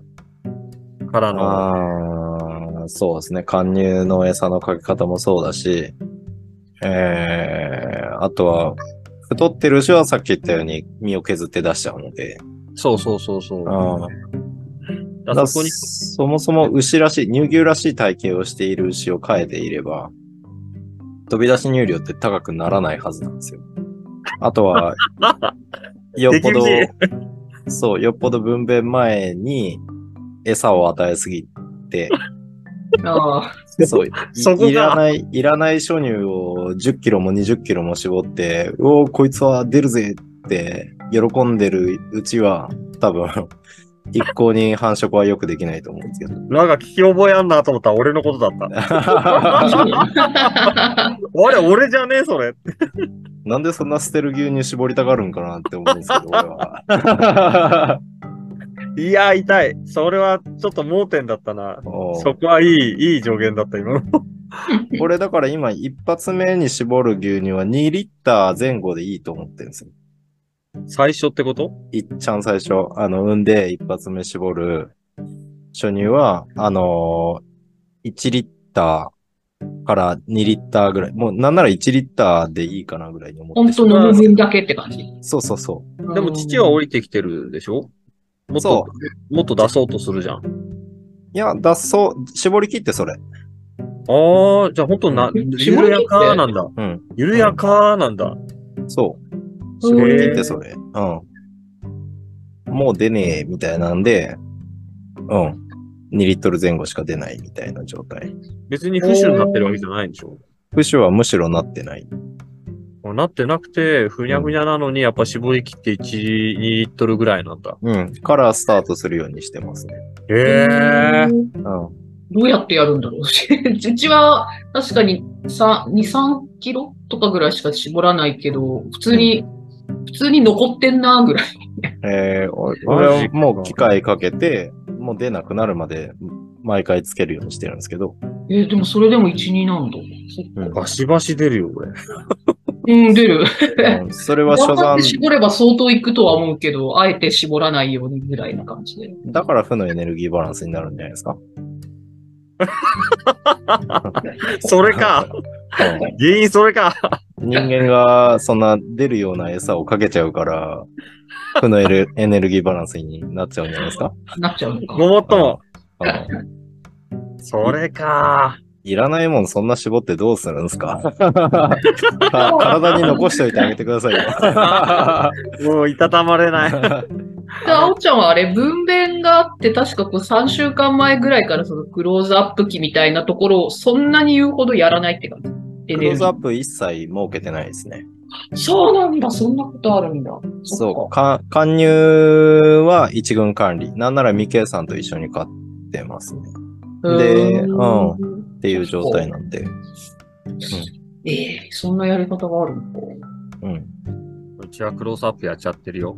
[SPEAKER 4] からの、
[SPEAKER 6] ああ、そうですね。貫入の餌のかけ方もそうだし、えー、あとは、太ってる牛はさっき言ったように身を削って出しちゃうので、
[SPEAKER 4] そうそうそうそう。
[SPEAKER 6] あ
[SPEAKER 4] だからそこに、
[SPEAKER 6] そもそも牛らしい、乳牛らしい体型をしている牛を飼えていれば、飛び出し乳量って高くならないはずなんですよ。あ とは、よっぽど
[SPEAKER 4] 手厳し、
[SPEAKER 6] そう、よっぽど分娩前に餌を与えすぎて、
[SPEAKER 5] あ
[SPEAKER 6] そう、い
[SPEAKER 4] そこが
[SPEAKER 6] いらない、いらない初乳を10キロも20キロも絞って、うおーこいつは出るぜって喜んでるうちは、多分、 一向に繁殖はよくできないと思うんですけど。
[SPEAKER 4] なんか聞き覚えあんなと思ったら俺のことだった。
[SPEAKER 5] あ。
[SPEAKER 4] あれ、俺じゃねえ、それ。
[SPEAKER 6] なんでそんな捨てる牛乳絞りたがるんかなって思うんですけど、俺 は。
[SPEAKER 4] いや、痛い。それはちょっと盲点だったな。
[SPEAKER 6] おう
[SPEAKER 4] そこはいい、いい助言だった、今の。
[SPEAKER 6] 俺だから今一発目に絞る牛乳は2リッター前後でいいと思ってるんですよ。
[SPEAKER 4] 最初ってこと
[SPEAKER 6] いっちゃん最初、あの、産んで一発目絞る初乳は、あのー、1リッターから2リッターぐらい。もうなんなら1リッターでいいかなぐらいに思って
[SPEAKER 5] 本
[SPEAKER 6] しま
[SPEAKER 5] 当
[SPEAKER 6] う
[SPEAKER 5] 飲む分だけって感じ。
[SPEAKER 6] そうそうそう。
[SPEAKER 4] でも父は降りてきてるでしょもっと
[SPEAKER 6] そ、
[SPEAKER 4] もっと出そうとするじゃん。
[SPEAKER 6] いや、脱走、絞り切ってそれ。
[SPEAKER 4] ああ、じゃあ本当な、
[SPEAKER 5] 絞
[SPEAKER 4] 緩や
[SPEAKER 5] り切って
[SPEAKER 4] かなんだ。
[SPEAKER 6] うん。
[SPEAKER 4] 緩やかなんだ。
[SPEAKER 6] そう。
[SPEAKER 5] うん
[SPEAKER 6] 絞り切ってそれ。うん。もう出ねえ、みたいなんで、うん。 2リットル前後しか出ないみたいな状態。
[SPEAKER 4] 別に不死になってるわけじゃないんでしょ
[SPEAKER 6] 不死はむしろなってない。
[SPEAKER 4] なってなくて、ふにゃふにゃなのに、やっぱ絞り切って1、2リットルぐらいなんだ。
[SPEAKER 6] うん。からスタートするようにしてますね。
[SPEAKER 4] へえ。
[SPEAKER 6] うん。
[SPEAKER 5] どうやってやるんだろう うちは確かにさ2、3キロとかぐらいしか絞らないけど、普通に、普通に残ってんなぐらい。
[SPEAKER 6] えー、お
[SPEAKER 4] マ
[SPEAKER 6] 俺
[SPEAKER 4] ジ
[SPEAKER 6] は
[SPEAKER 4] か
[SPEAKER 6] もう機械かけて、もう出なくなるまで毎回つけるようにしてるんですけど。
[SPEAKER 5] えーでもそれでも1、2なんだ。
[SPEAKER 6] うん
[SPEAKER 4] バシバシ出るよ、これ。
[SPEAKER 5] うん、出る。
[SPEAKER 6] うんそれは
[SPEAKER 5] 頑張
[SPEAKER 6] 初
[SPEAKER 5] って
[SPEAKER 6] 段、
[SPEAKER 5] 絞れば相当いくとは思うけど、あえて絞らないようにぐらいな感じで。
[SPEAKER 6] だから負のエネルギーバランスになるんじゃないですか。
[SPEAKER 4] それか。
[SPEAKER 6] うん
[SPEAKER 4] 原因それか。
[SPEAKER 6] 人間がそんな出るような餌をかけちゃう から、負のエレエネルギーバランスになっちゃうんじゃないですか
[SPEAKER 5] なっちゃうのか。
[SPEAKER 4] ごもっとも。
[SPEAKER 6] うんうん
[SPEAKER 4] それ か。
[SPEAKER 6] いらないもんそんな絞ってどうするんです かか体に残しておいてあげてくださいよ。
[SPEAKER 4] もういたたまれない。
[SPEAKER 5] で、あおちゃんはあれ、分娩があって、確かこう3週間前ぐらいからそのクローズアップ期みたいなところをそんなに言うほどやらないって感じ。エ
[SPEAKER 6] ク
[SPEAKER 5] ネル
[SPEAKER 6] ロー
[SPEAKER 5] ギ
[SPEAKER 6] ズアッ
[SPEAKER 5] ー
[SPEAKER 6] プ一切設けてないですね。
[SPEAKER 5] そうなんだ、そんなことあるんだ。そっ
[SPEAKER 6] そう、
[SPEAKER 5] か。
[SPEAKER 6] か貫入は一軍管理。なんなら未計算と一緒に買ってますね。で
[SPEAKER 5] うーん
[SPEAKER 6] っていう状態なんで。
[SPEAKER 5] ええそんなやり方があるのか。
[SPEAKER 6] うん。
[SPEAKER 4] うちはクロースアップやっちゃってるよ。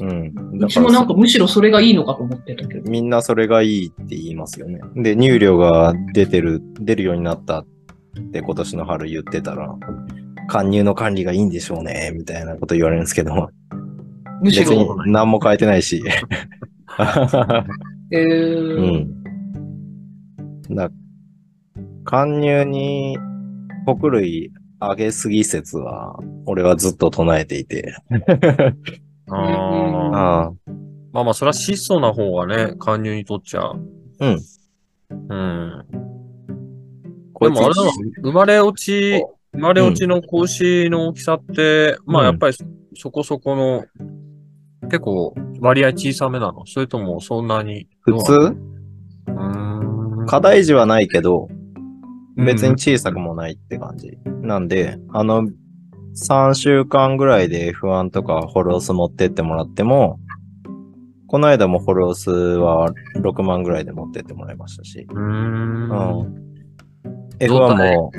[SPEAKER 6] うん。
[SPEAKER 5] う
[SPEAKER 6] だ
[SPEAKER 5] ち
[SPEAKER 6] か
[SPEAKER 5] も
[SPEAKER 6] ら
[SPEAKER 5] なんかむしろそれがいいのかと思ってたけど。
[SPEAKER 6] みんなそれがいいって言いますよね。で、乳量が出てる、出るようになったって今年の春言ってたら、貫入の管理がいいんでしょうね、みたいなこと言われるんです けど、
[SPEAKER 5] むし
[SPEAKER 6] 別に
[SPEAKER 5] ろ。
[SPEAKER 6] 何も変えてないし。
[SPEAKER 5] ええ
[SPEAKER 6] う。ん。だ貫入に穀類あげすぎ説は、俺はずっと唱えていて。
[SPEAKER 4] あ
[SPEAKER 5] うん
[SPEAKER 4] あ。
[SPEAKER 6] ああ
[SPEAKER 4] まあまあ、それは質素な方がね、貫入にとっちゃう。
[SPEAKER 6] うん。
[SPEAKER 4] うん。
[SPEAKER 6] こ
[SPEAKER 4] で
[SPEAKER 6] いつ
[SPEAKER 4] もあれだな、生まれ落ち、生まれ落ちの子牛の大きさって、まあやっぱりそこそこの、結構割合小さめなのそれともそんなに
[SPEAKER 6] 普通
[SPEAKER 4] うーん
[SPEAKER 6] 課題児はないけど、別に小さくもないって感じ。なんで、あの、3週間ぐらいで F1 とかホロス持ってってもらっても、この間もホロスは6万ぐらいで持ってってもらいましたし、
[SPEAKER 4] うーん。
[SPEAKER 6] うん。
[SPEAKER 4] どうだ
[SPEAKER 6] F1
[SPEAKER 4] ね
[SPEAKER 6] も、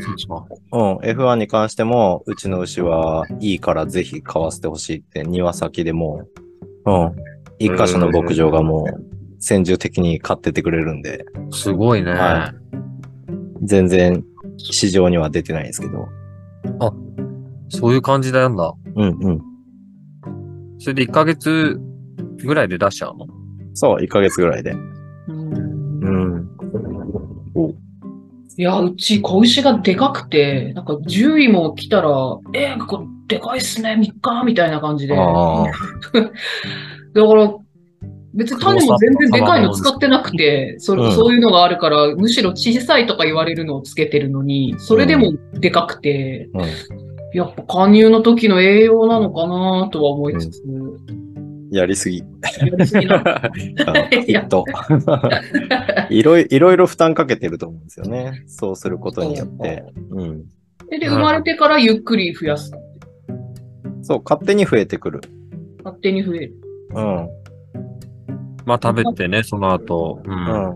[SPEAKER 6] うん、F1 に関しても、うちの牛はいいからぜひ買わせてほしいって、庭先でもう、うん、一箇所の牧場がもう、先住的に買ってってくれるんで、
[SPEAKER 4] すごいね。
[SPEAKER 6] は全然市場には出てないんですけど、
[SPEAKER 4] そういう感じでやんだ。
[SPEAKER 6] うんうん。
[SPEAKER 4] それで1ヶ月ぐらいで出しちゃうの
[SPEAKER 6] そう、1ヶ月ぐらいで。
[SPEAKER 5] うん
[SPEAKER 6] うん。
[SPEAKER 5] いや、うち子牛がでかくて、なんか獣医も来たら、えー、これでかいっすね、3日みたいな感じで。
[SPEAKER 6] ああ。
[SPEAKER 5] だから、別に種も全然でかいの使ってなくて、それ
[SPEAKER 6] うん
[SPEAKER 5] そういうのがあるから、むしろ小さいとか言われるのをつけてるのに、それでもでかくて、
[SPEAKER 6] うん
[SPEAKER 5] やっぱ加入の時の栄養なのかなとは思いつつ、
[SPEAKER 6] やりすぎ。
[SPEAKER 5] やりすぎなのか
[SPEAKER 6] あ
[SPEAKER 5] い
[SPEAKER 6] き
[SPEAKER 5] や
[SPEAKER 6] っ と。いろいいろいろ負担かけてると思うんですよね。そうすることによって。うん。
[SPEAKER 5] でで、生まれてからゆっくり増やす。
[SPEAKER 6] そう、勝手に増えてくる。
[SPEAKER 5] 勝手に増える。
[SPEAKER 6] うん。
[SPEAKER 4] まあ食べてね、その後。うん。
[SPEAKER 6] うん。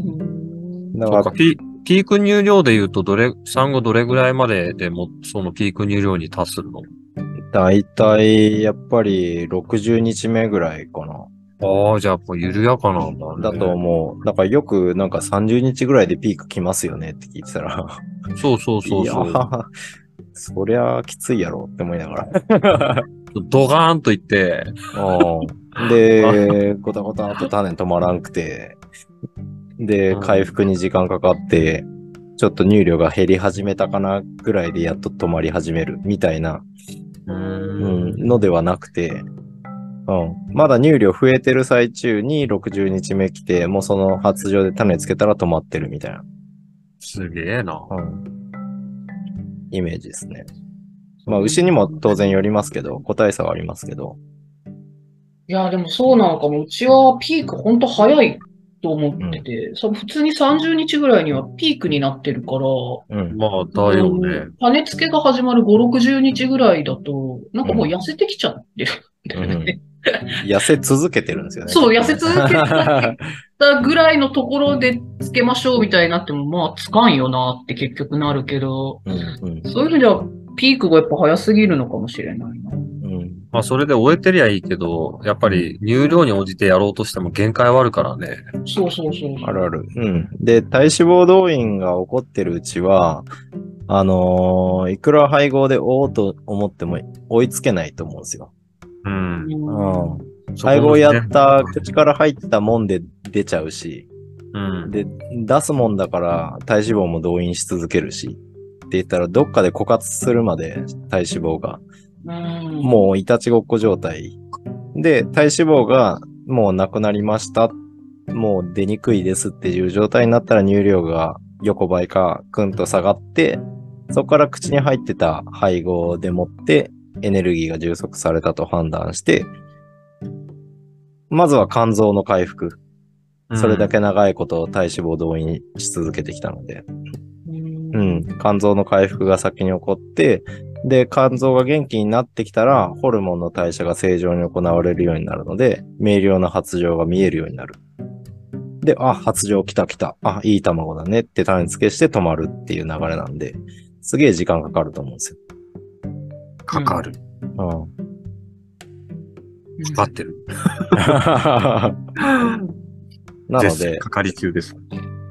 [SPEAKER 5] うん
[SPEAKER 6] だ
[SPEAKER 4] そ
[SPEAKER 6] か、
[SPEAKER 4] うからピピーク乳量で言うと、どれ、産後どれぐらいまででも、そのピーク乳量に達するの
[SPEAKER 6] だいたい、やっぱり60日目ぐらいかな。
[SPEAKER 4] ああ、じゃあ、やっぱ緩やかなんだね。
[SPEAKER 6] だと思う。だからよくなんか30日ぐらいでピーク来ますよねって聞いてたら。
[SPEAKER 4] そうそうそうそ
[SPEAKER 6] いうや。ーそりゃきついやろって思いながら。
[SPEAKER 4] ドガーンといって、
[SPEAKER 6] うんで、ごたごたと種止まらんくて、で
[SPEAKER 4] う、ん
[SPEAKER 6] 回復に時間かかって、ちょっと乳量が減り始めたかなぐらいでやっと止まり始めるみたいな、
[SPEAKER 4] うー。
[SPEAKER 6] うんん、のではなくて、うん、まだ乳量増えてる最中に60日目来て、もうその発情で種つけたら止まってるみたいな、
[SPEAKER 4] すげえな。
[SPEAKER 6] うん、イメージですね。まあ、牛にも当然よりますけど、個体差はありますけど、
[SPEAKER 5] いや、でもそうなのかも。うちはピークほんと早いと思ってて、そう普通に30日ぐらいにはピークになってるから、
[SPEAKER 6] うん。
[SPEAKER 4] まあ、だよね。
[SPEAKER 5] 種付けが始まる5、60日ぐらいだと、なんかもう痩せてきちゃってるんだよね。
[SPEAKER 6] 痩せ続けてるんですよ ね。
[SPEAKER 5] そう痩せ続けて
[SPEAKER 6] る。
[SPEAKER 5] だぐらいのところでつけましょうみたいになっても、まあつかんよなって結局なるけど、
[SPEAKER 6] うん
[SPEAKER 5] そういう意味ではピークがやっぱ早すぎるのかもしれないな。
[SPEAKER 6] うんうん。
[SPEAKER 4] まあ、それで終えてりゃいいけど、やっぱり入量に応じてやろうとしても限界はあるからね。
[SPEAKER 5] そうそうそう。
[SPEAKER 6] あるある。うん。で、体脂肪動員が起こってるうちは、あのーいくら配合でおおと思っても追いつけないと思うんですよ。
[SPEAKER 4] うん。
[SPEAKER 5] うん
[SPEAKER 6] 配合やっ
[SPEAKER 4] そこ
[SPEAKER 6] た
[SPEAKER 4] ですね
[SPEAKER 6] 口から入ったもんで出ちゃうし、
[SPEAKER 4] うん。
[SPEAKER 6] で、出すもんだから体脂肪も動員し続けるし、って言ったらどっかで枯渇するまで体脂肪が、
[SPEAKER 5] うん
[SPEAKER 6] もういたちごっこ状態。で、体脂肪がもうなくなりました。もう出にくいですっていう状態になったら乳量が横ばいか、くんと下がって、そこから口に入ってた配合でもってエネルギーが充足されたと判断して、まずは肝臓の回復。それだけ長いこと体脂肪動員し続けてきたので。
[SPEAKER 5] うん
[SPEAKER 6] うん、肝臓の回復が先に起こって、で、肝臓が元気になってきたら、ホルモンの代謝が正常に行われるようになるので、明瞭な発情が見えるようになる。で、あ、発情来た来た。あ、いい卵だねって種付けして止まるっていう流れなんで、すげえ時間かかると思うんですよ。
[SPEAKER 4] かかる。
[SPEAKER 6] う
[SPEAKER 4] かかってる。
[SPEAKER 6] ん。なの
[SPEAKER 4] 絶賛
[SPEAKER 6] で、
[SPEAKER 4] かかり中です。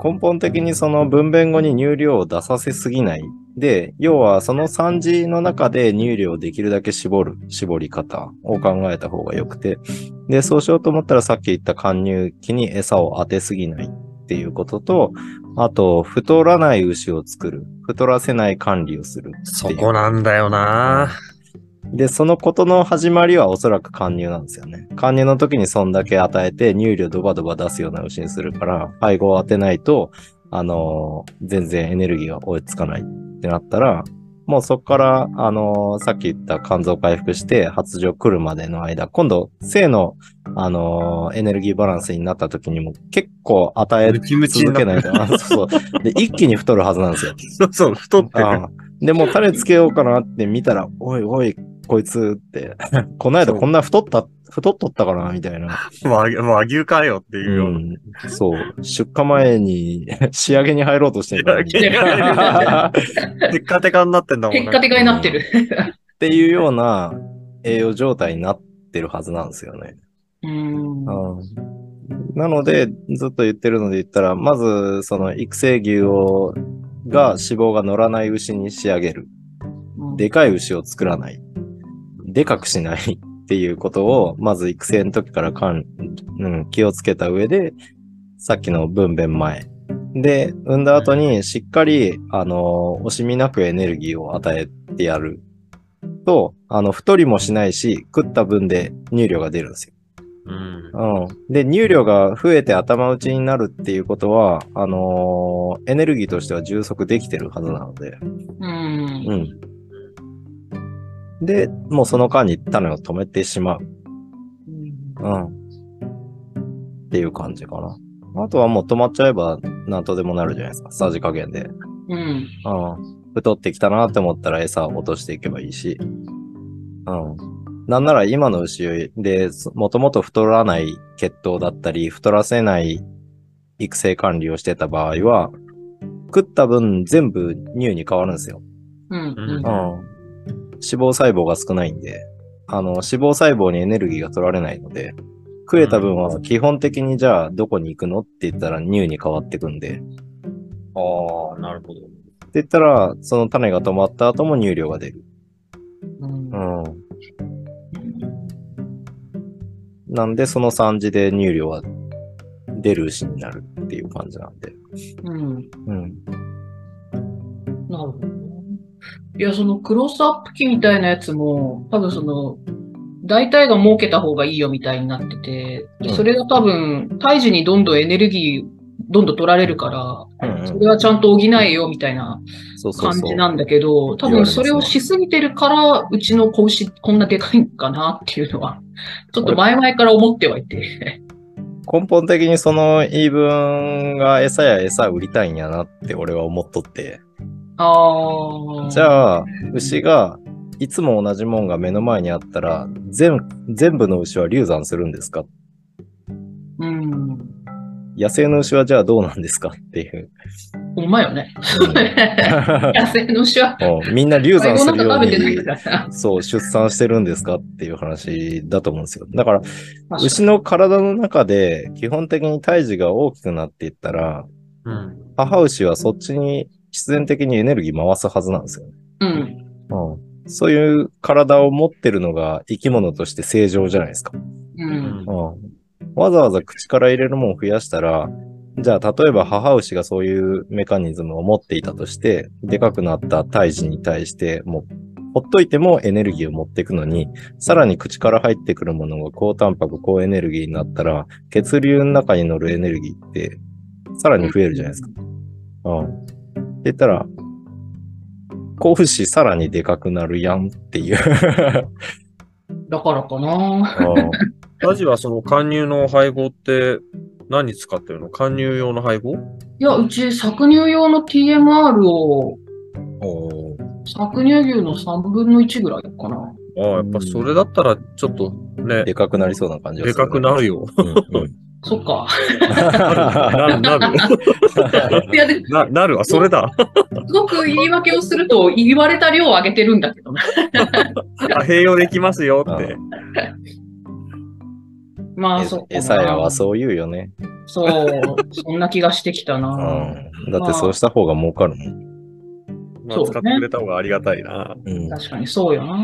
[SPEAKER 6] 根本的にその分娩後に乳量を出させすぎない。で、要はその産時の中で乳量をできるだけ絞る、絞り方を考えた方が良くて。で、そうしようと思ったらさっき言った貫入器に餌を当てすぎないっていうことと、あと、太らない牛を作る。太らせない管理をするっていう。
[SPEAKER 4] そこなんだよな。
[SPEAKER 6] で、そのことの始まりはおそらく貫入なんですよね。貫入の時にそんだけ与えて乳量ドバドバ出すような牛にするから、配合を当てないと、あのー全然エネルギーが追いつかないってなったら、もうそこから、あのーさっき言った肝臓回復して発情来るまでの間、今度、性の、あのーエネルギーバランスになった時にも結構与え
[SPEAKER 4] ムチムチに
[SPEAKER 6] 続
[SPEAKER 4] な
[SPEAKER 6] け
[SPEAKER 4] って
[SPEAKER 6] ないと、あ そうそう。で、一気に太るはずなんですよ。
[SPEAKER 4] そうそう、太ってる。
[SPEAKER 6] ああ でもタレつけようかなって見たら、おいおい、こいつって、 この間こんな太った、太っとったかなみたいな。
[SPEAKER 4] 和牛和牛かよっていうような。
[SPEAKER 6] そう。出荷前に 仕上げに入ろうとしてるのに。
[SPEAKER 4] 仕上げに 入
[SPEAKER 6] っ
[SPEAKER 4] テッカテカになってんだもん
[SPEAKER 5] テ
[SPEAKER 4] ね
[SPEAKER 5] ッカテカになってる。
[SPEAKER 6] ていうような栄養状態になってるはずなんですよね。
[SPEAKER 5] うん
[SPEAKER 6] なので、ずっと言ってるので言ったら、まず、その育成牛を、が脂肪が乗らない牛に仕上げる。でかい牛を作らない。でかくしない っていうことを、まず育成の時からかん、うん、気をつけた上で、さっきの分娩前。で、産んだ後にしっかり、あの、惜しみなくエネルギーを与えてやると、あの、太りもしないし、食った分で乳量が出るんですよ。
[SPEAKER 4] うん。
[SPEAKER 6] うん。で、乳量が増えて頭打ちになるっていうことは、あのエネルギーとしては充足できてるはずなので、
[SPEAKER 5] うん
[SPEAKER 6] うん。で、もうその間に種を止めてしまう。うん。っていう感じかな。あとはもう止まっちゃえば何とでもなるじゃないですか。さじ加減で。
[SPEAKER 5] うん
[SPEAKER 6] うん。太ってきたなって思ったら餌を落としていけばいいし。うん。なんなら今の牛で、そもともと太らない血糖だったり、太らせない育成管理をしてた場合は、食った分全部乳に変わるんですよ。
[SPEAKER 5] うん
[SPEAKER 4] うん
[SPEAKER 6] うん脂肪細胞が少ないんで、あの、脂肪細胞にエネルギーが取られないので、食えた分は基本的にじゃあどこに行くのって言ったら乳に変わってくんで、って
[SPEAKER 4] ああ、なるほど。
[SPEAKER 6] 言ったらその種が止まった後も乳量が出る。
[SPEAKER 5] うん
[SPEAKER 6] うん。なんでその3時で乳量は出る牛になるっていう感じなんで。
[SPEAKER 5] うん
[SPEAKER 6] うん。
[SPEAKER 5] なるほどね。いや、そのクロスアップ期みたいなやつも、多分その、大体が儲けた方がいいよみたいになってて、で
[SPEAKER 6] うん
[SPEAKER 5] それが多分、胎児にどんどんエネルギーどんどん取られるから、
[SPEAKER 6] うんうん
[SPEAKER 5] それはちゃんと補えよみたいな
[SPEAKER 6] そうそう
[SPEAKER 5] 感
[SPEAKER 6] そ
[SPEAKER 5] じ
[SPEAKER 6] う。
[SPEAKER 5] なんだけど、多
[SPEAKER 6] 言われ
[SPEAKER 5] 分
[SPEAKER 6] ます
[SPEAKER 5] そ
[SPEAKER 6] ね
[SPEAKER 5] れをしすぎてるから、うちの子牛こんなでかいんかなっていうの は、ちょっと前々から思ってはいて。
[SPEAKER 6] 根本的にその言い分が餌や餌売りたいんやなって俺は思っとって。
[SPEAKER 5] ああ。
[SPEAKER 6] じゃあ、牛がいつも同じもんが目の前にあったら、全全部の牛は流産するんですか
[SPEAKER 5] うん。
[SPEAKER 6] 野生の牛はじゃあどうなんですかっていう。
[SPEAKER 5] ほんまよね。 野生の牛は、
[SPEAKER 6] うんみんな流
[SPEAKER 5] 最
[SPEAKER 6] 産
[SPEAKER 5] 後
[SPEAKER 6] す
[SPEAKER 5] なんか
[SPEAKER 6] る
[SPEAKER 5] 食
[SPEAKER 6] よう
[SPEAKER 5] べてない
[SPEAKER 6] に
[SPEAKER 5] か、ら。
[SPEAKER 6] そう、出産してるんですかっていう話だと思うんですよ。だから、
[SPEAKER 5] 確かに
[SPEAKER 6] 牛の体の中で基本的に胎児が大きくなっていったら、
[SPEAKER 4] うん。
[SPEAKER 6] 母牛はそっちに必然的にエネルギー回すはずなんですよね。
[SPEAKER 5] うん。
[SPEAKER 6] うん。そういう体を持ってるのが生き物として正常じゃないですか。
[SPEAKER 5] う。
[SPEAKER 4] うんん。
[SPEAKER 6] うん。わざわざ口から入れるものを増やしたら、じゃあ、例えば母牛がそういうメカニズムを持っていたとして、でかくなった胎児に対して、もう、ほっといてもエネルギーを持っていくのに、さらに口から入ってくるものが高タンパク、高エネルギーになったら、血流の中に乗るエネルギーって、さらに増えるじゃないですか。うん。って言ったら、甲府市さらにでかくなるやんっていう。
[SPEAKER 5] だからかな。
[SPEAKER 6] うん
[SPEAKER 4] アジはその貫入の配合って何使ってるの貫入用の配合
[SPEAKER 5] いや、うち搾乳用の TMR を、
[SPEAKER 6] おー
[SPEAKER 5] 搾乳牛の3分の1ぐらいかな。
[SPEAKER 4] ああ、やっぱそれだったらちょっとね、
[SPEAKER 6] でかくなりそうな感じが
[SPEAKER 4] です
[SPEAKER 6] る
[SPEAKER 4] かく
[SPEAKER 6] ね、
[SPEAKER 4] なるよ。
[SPEAKER 6] うんうん
[SPEAKER 5] そっか。
[SPEAKER 4] なる、なる。
[SPEAKER 5] いや、で
[SPEAKER 4] な、なるわ、それだ。
[SPEAKER 5] すごく言い訳をすると、言われた量を上げてるんだけどな。
[SPEAKER 4] あ併用できますよって。
[SPEAKER 5] まあ、
[SPEAKER 6] え
[SPEAKER 5] そっかな。
[SPEAKER 6] 餌やはそう言うよね。
[SPEAKER 5] そう。そんな気がしてきた
[SPEAKER 6] う
[SPEAKER 5] な。
[SPEAKER 6] ん。だってそうした方が儲かるもん。
[SPEAKER 4] まあ、
[SPEAKER 5] そうね
[SPEAKER 4] 使ってくれた方がありがたいな。
[SPEAKER 6] うん。
[SPEAKER 5] 確かにそうよな。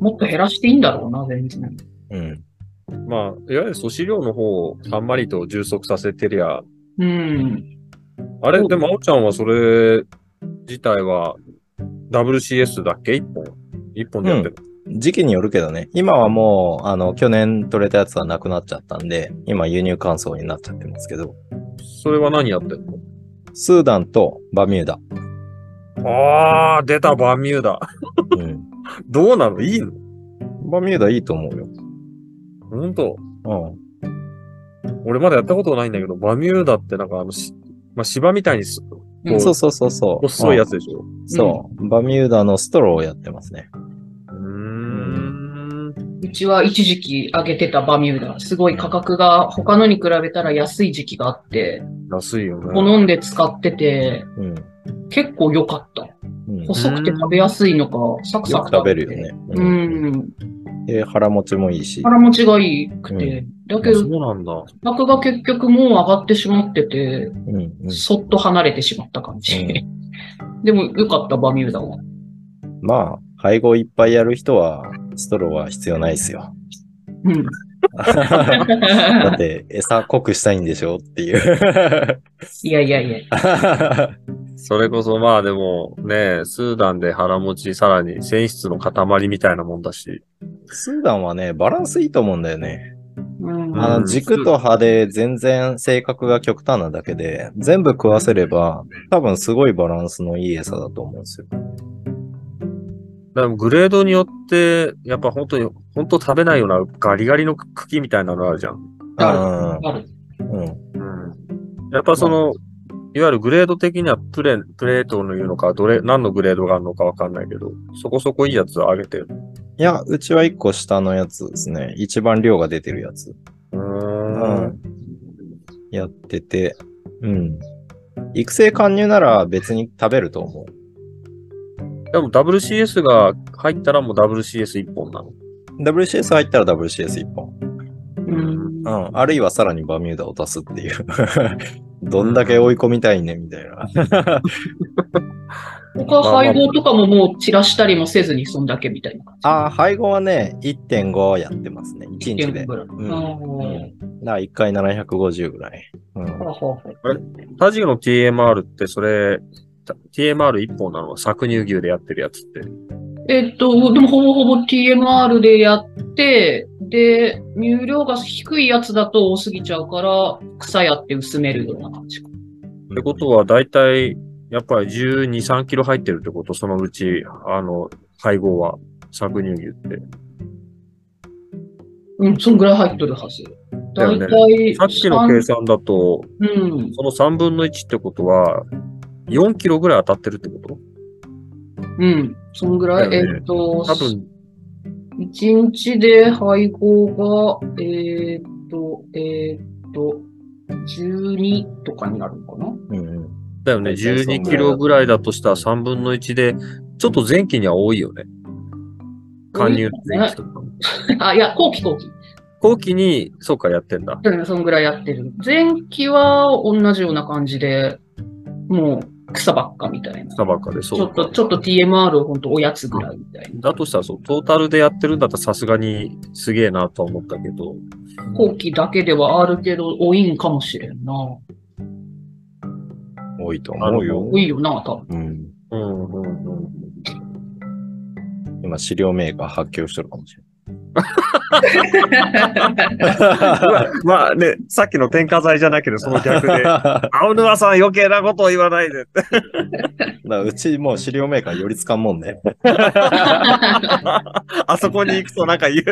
[SPEAKER 5] もっと減らしていいんだろうな、全然。
[SPEAKER 6] うん。
[SPEAKER 4] まあ、いわゆる素飼料の方をあんまりと充足させてりゃ、
[SPEAKER 5] うん。
[SPEAKER 4] あれ、でも、あおちゃんはそれ自体は WCS だっけ一本一本でやってる。
[SPEAKER 6] 時期によるけどね。今はもう、あの、去年取れたやつはなくなっちゃったんで、今輸入乾燥になっちゃってますけど、
[SPEAKER 4] それは何やってるの
[SPEAKER 6] スーダンとバミューダ。
[SPEAKER 4] ああ、出た、バミューダ。
[SPEAKER 6] うん。
[SPEAKER 4] どうなのいいの
[SPEAKER 6] バミューダいいと思うよ。
[SPEAKER 4] ほんと。
[SPEAKER 6] う。
[SPEAKER 4] 俺まだやったことないんだけど、バミューダってなんかあのし、まあ、芝みたいにす
[SPEAKER 5] うん
[SPEAKER 4] ん
[SPEAKER 6] そうそうそうそう。
[SPEAKER 4] 細いやつでしょ。
[SPEAKER 6] うん。そう。バミューダのストローをやってますね。
[SPEAKER 4] うーん。
[SPEAKER 5] うちは一時期上げてたバミューダ。すごい価格が他のに比べたら安い時期があって、
[SPEAKER 4] 安いよね。
[SPEAKER 5] 好んで使ってて、
[SPEAKER 6] うん。
[SPEAKER 5] 結構良かった。
[SPEAKER 6] うん。よ
[SPEAKER 5] 細くて食べやすいのか、サクサ
[SPEAKER 6] く
[SPEAKER 5] ク
[SPEAKER 6] 食べるよね。
[SPEAKER 5] 食べて。うん。
[SPEAKER 6] で、腹持ちもいいし。
[SPEAKER 5] 腹持ちがいいくて。だけ
[SPEAKER 4] そう
[SPEAKER 5] ど、
[SPEAKER 4] なんだ。
[SPEAKER 5] 価格が結局もう上がってしまってて、
[SPEAKER 6] うんうん。
[SPEAKER 5] そっと離れてしまった感じ。
[SPEAKER 6] う
[SPEAKER 5] でも良かった、バミューダは。
[SPEAKER 6] まあ、配合いっぱいやる人は、ストローは必要ないですよ。
[SPEAKER 5] うん。
[SPEAKER 6] だって、餌濃くしたいんでしょっていう。
[SPEAKER 5] いやいやいや。
[SPEAKER 4] それこそまあでもね、スーダンで腹持ちさらに繊維質の塊みたいなもんだし。
[SPEAKER 6] スーダンはね、バランスいいと思うんだよね。
[SPEAKER 5] うん。
[SPEAKER 6] あの、軸と葉で全然性格が極端なだけで、全部食わせれば、多分すごいバランスのいい餌だと思うんですよ。
[SPEAKER 4] でもグレードによって、やっぱ本当に、本当食べないようなガリガリの茎みたいなのあるじゃん。
[SPEAKER 5] あ
[SPEAKER 6] う
[SPEAKER 5] ある。
[SPEAKER 6] ん。うん。
[SPEAKER 4] うん。やっぱその、いわゆるグレード的にはプレ、プレートのいうのか、どれ、何のグレードがあるのかわかんないけど、そこそこいいやつをあげてる。
[SPEAKER 6] いや、うちは一個下のやつですね。一番量が出てるやつ。
[SPEAKER 4] うー。
[SPEAKER 6] うんん。やってて、うん。育成貫入なら別に食べると思う。
[SPEAKER 4] でも WCS が入ったらもう WCS1 本なの。
[SPEAKER 6] WCS 入ったら WCS1 本。
[SPEAKER 5] うん。
[SPEAKER 6] うん。あるいはさらにバミューダを足すっていう。どんだけ追い込みたいね、みたいな。
[SPEAKER 5] 他配合とかももう散らしたりもせずにそんだけみたいな感じ。
[SPEAKER 6] あー、配合はね、1.5やってますね。1日
[SPEAKER 5] 1.5
[SPEAKER 6] で。
[SPEAKER 5] ぐらい。
[SPEAKER 6] うん
[SPEAKER 5] あ
[SPEAKER 6] うんだから1回750ぐらい。うん
[SPEAKER 5] あ。。ははは
[SPEAKER 4] タジの TMR ってそれ、TMR1 本なの搾乳牛でやってるやつって。
[SPEAKER 5] えっと、でもほぼほぼ TMR でやって、で、乳量が低いやつだと多すぎちゃうから、草やって薄めるような感じか。
[SPEAKER 4] ってことは、だいたい、やっぱり12、3キロ入ってるってこと、そのうち、あの、配合は、搾乳牛って。
[SPEAKER 5] うん、そんぐらい入っとるはず。
[SPEAKER 4] だ
[SPEAKER 5] だ
[SPEAKER 4] よ
[SPEAKER 5] い
[SPEAKER 4] ね
[SPEAKER 5] たい、
[SPEAKER 4] さっきの計算だと、
[SPEAKER 5] うん、
[SPEAKER 4] その3分の1ってことは、4キロぐらい当たってるってこと
[SPEAKER 5] うん、そんぐらい、
[SPEAKER 4] だよね
[SPEAKER 5] えっと、
[SPEAKER 4] 多分、
[SPEAKER 5] 一日で配合が、えーっと、えーっと、12とかになるのかな
[SPEAKER 6] うんうん。
[SPEAKER 4] だよね、
[SPEAKER 6] 大体そんぐらい
[SPEAKER 4] 12キロぐらいだとしたら3分の1で、ちょっと前期には多いよね。加入前期とかも。
[SPEAKER 5] あ、いや、後期後期。
[SPEAKER 4] 後期に、そうか、やってんだ。
[SPEAKER 5] うん、そんぐらいやってる。前期は同じような感じで、もう草ばっかみたいな。
[SPEAKER 4] 草ばっかで、
[SPEAKER 5] ち
[SPEAKER 4] そ
[SPEAKER 5] ょ
[SPEAKER 4] う
[SPEAKER 5] っと、
[SPEAKER 4] か。
[SPEAKER 5] ちょっと TMR をほんとおやつぐらいみたい
[SPEAKER 4] だとしたら、そう、トータルでやってるんだったらさすがにすげえなとは思ったけど、
[SPEAKER 5] な。後期だけではあるけど、多いんかもしれんな。
[SPEAKER 6] 多いと思うよ
[SPEAKER 5] 多。いよな、多分。
[SPEAKER 4] う
[SPEAKER 6] うん。
[SPEAKER 4] んうんうん。
[SPEAKER 6] 今、資料メーカー発狂してるかもしれ
[SPEAKER 4] ま
[SPEAKER 6] な
[SPEAKER 4] あまあね、さっきの添加剤じゃないけど、その逆で、
[SPEAKER 6] い。
[SPEAKER 4] 青沼さん余計なことを言わないで って。
[SPEAKER 6] だからうちもう資料メーカーよりつかんもんね。
[SPEAKER 4] あそこに行くとなんか言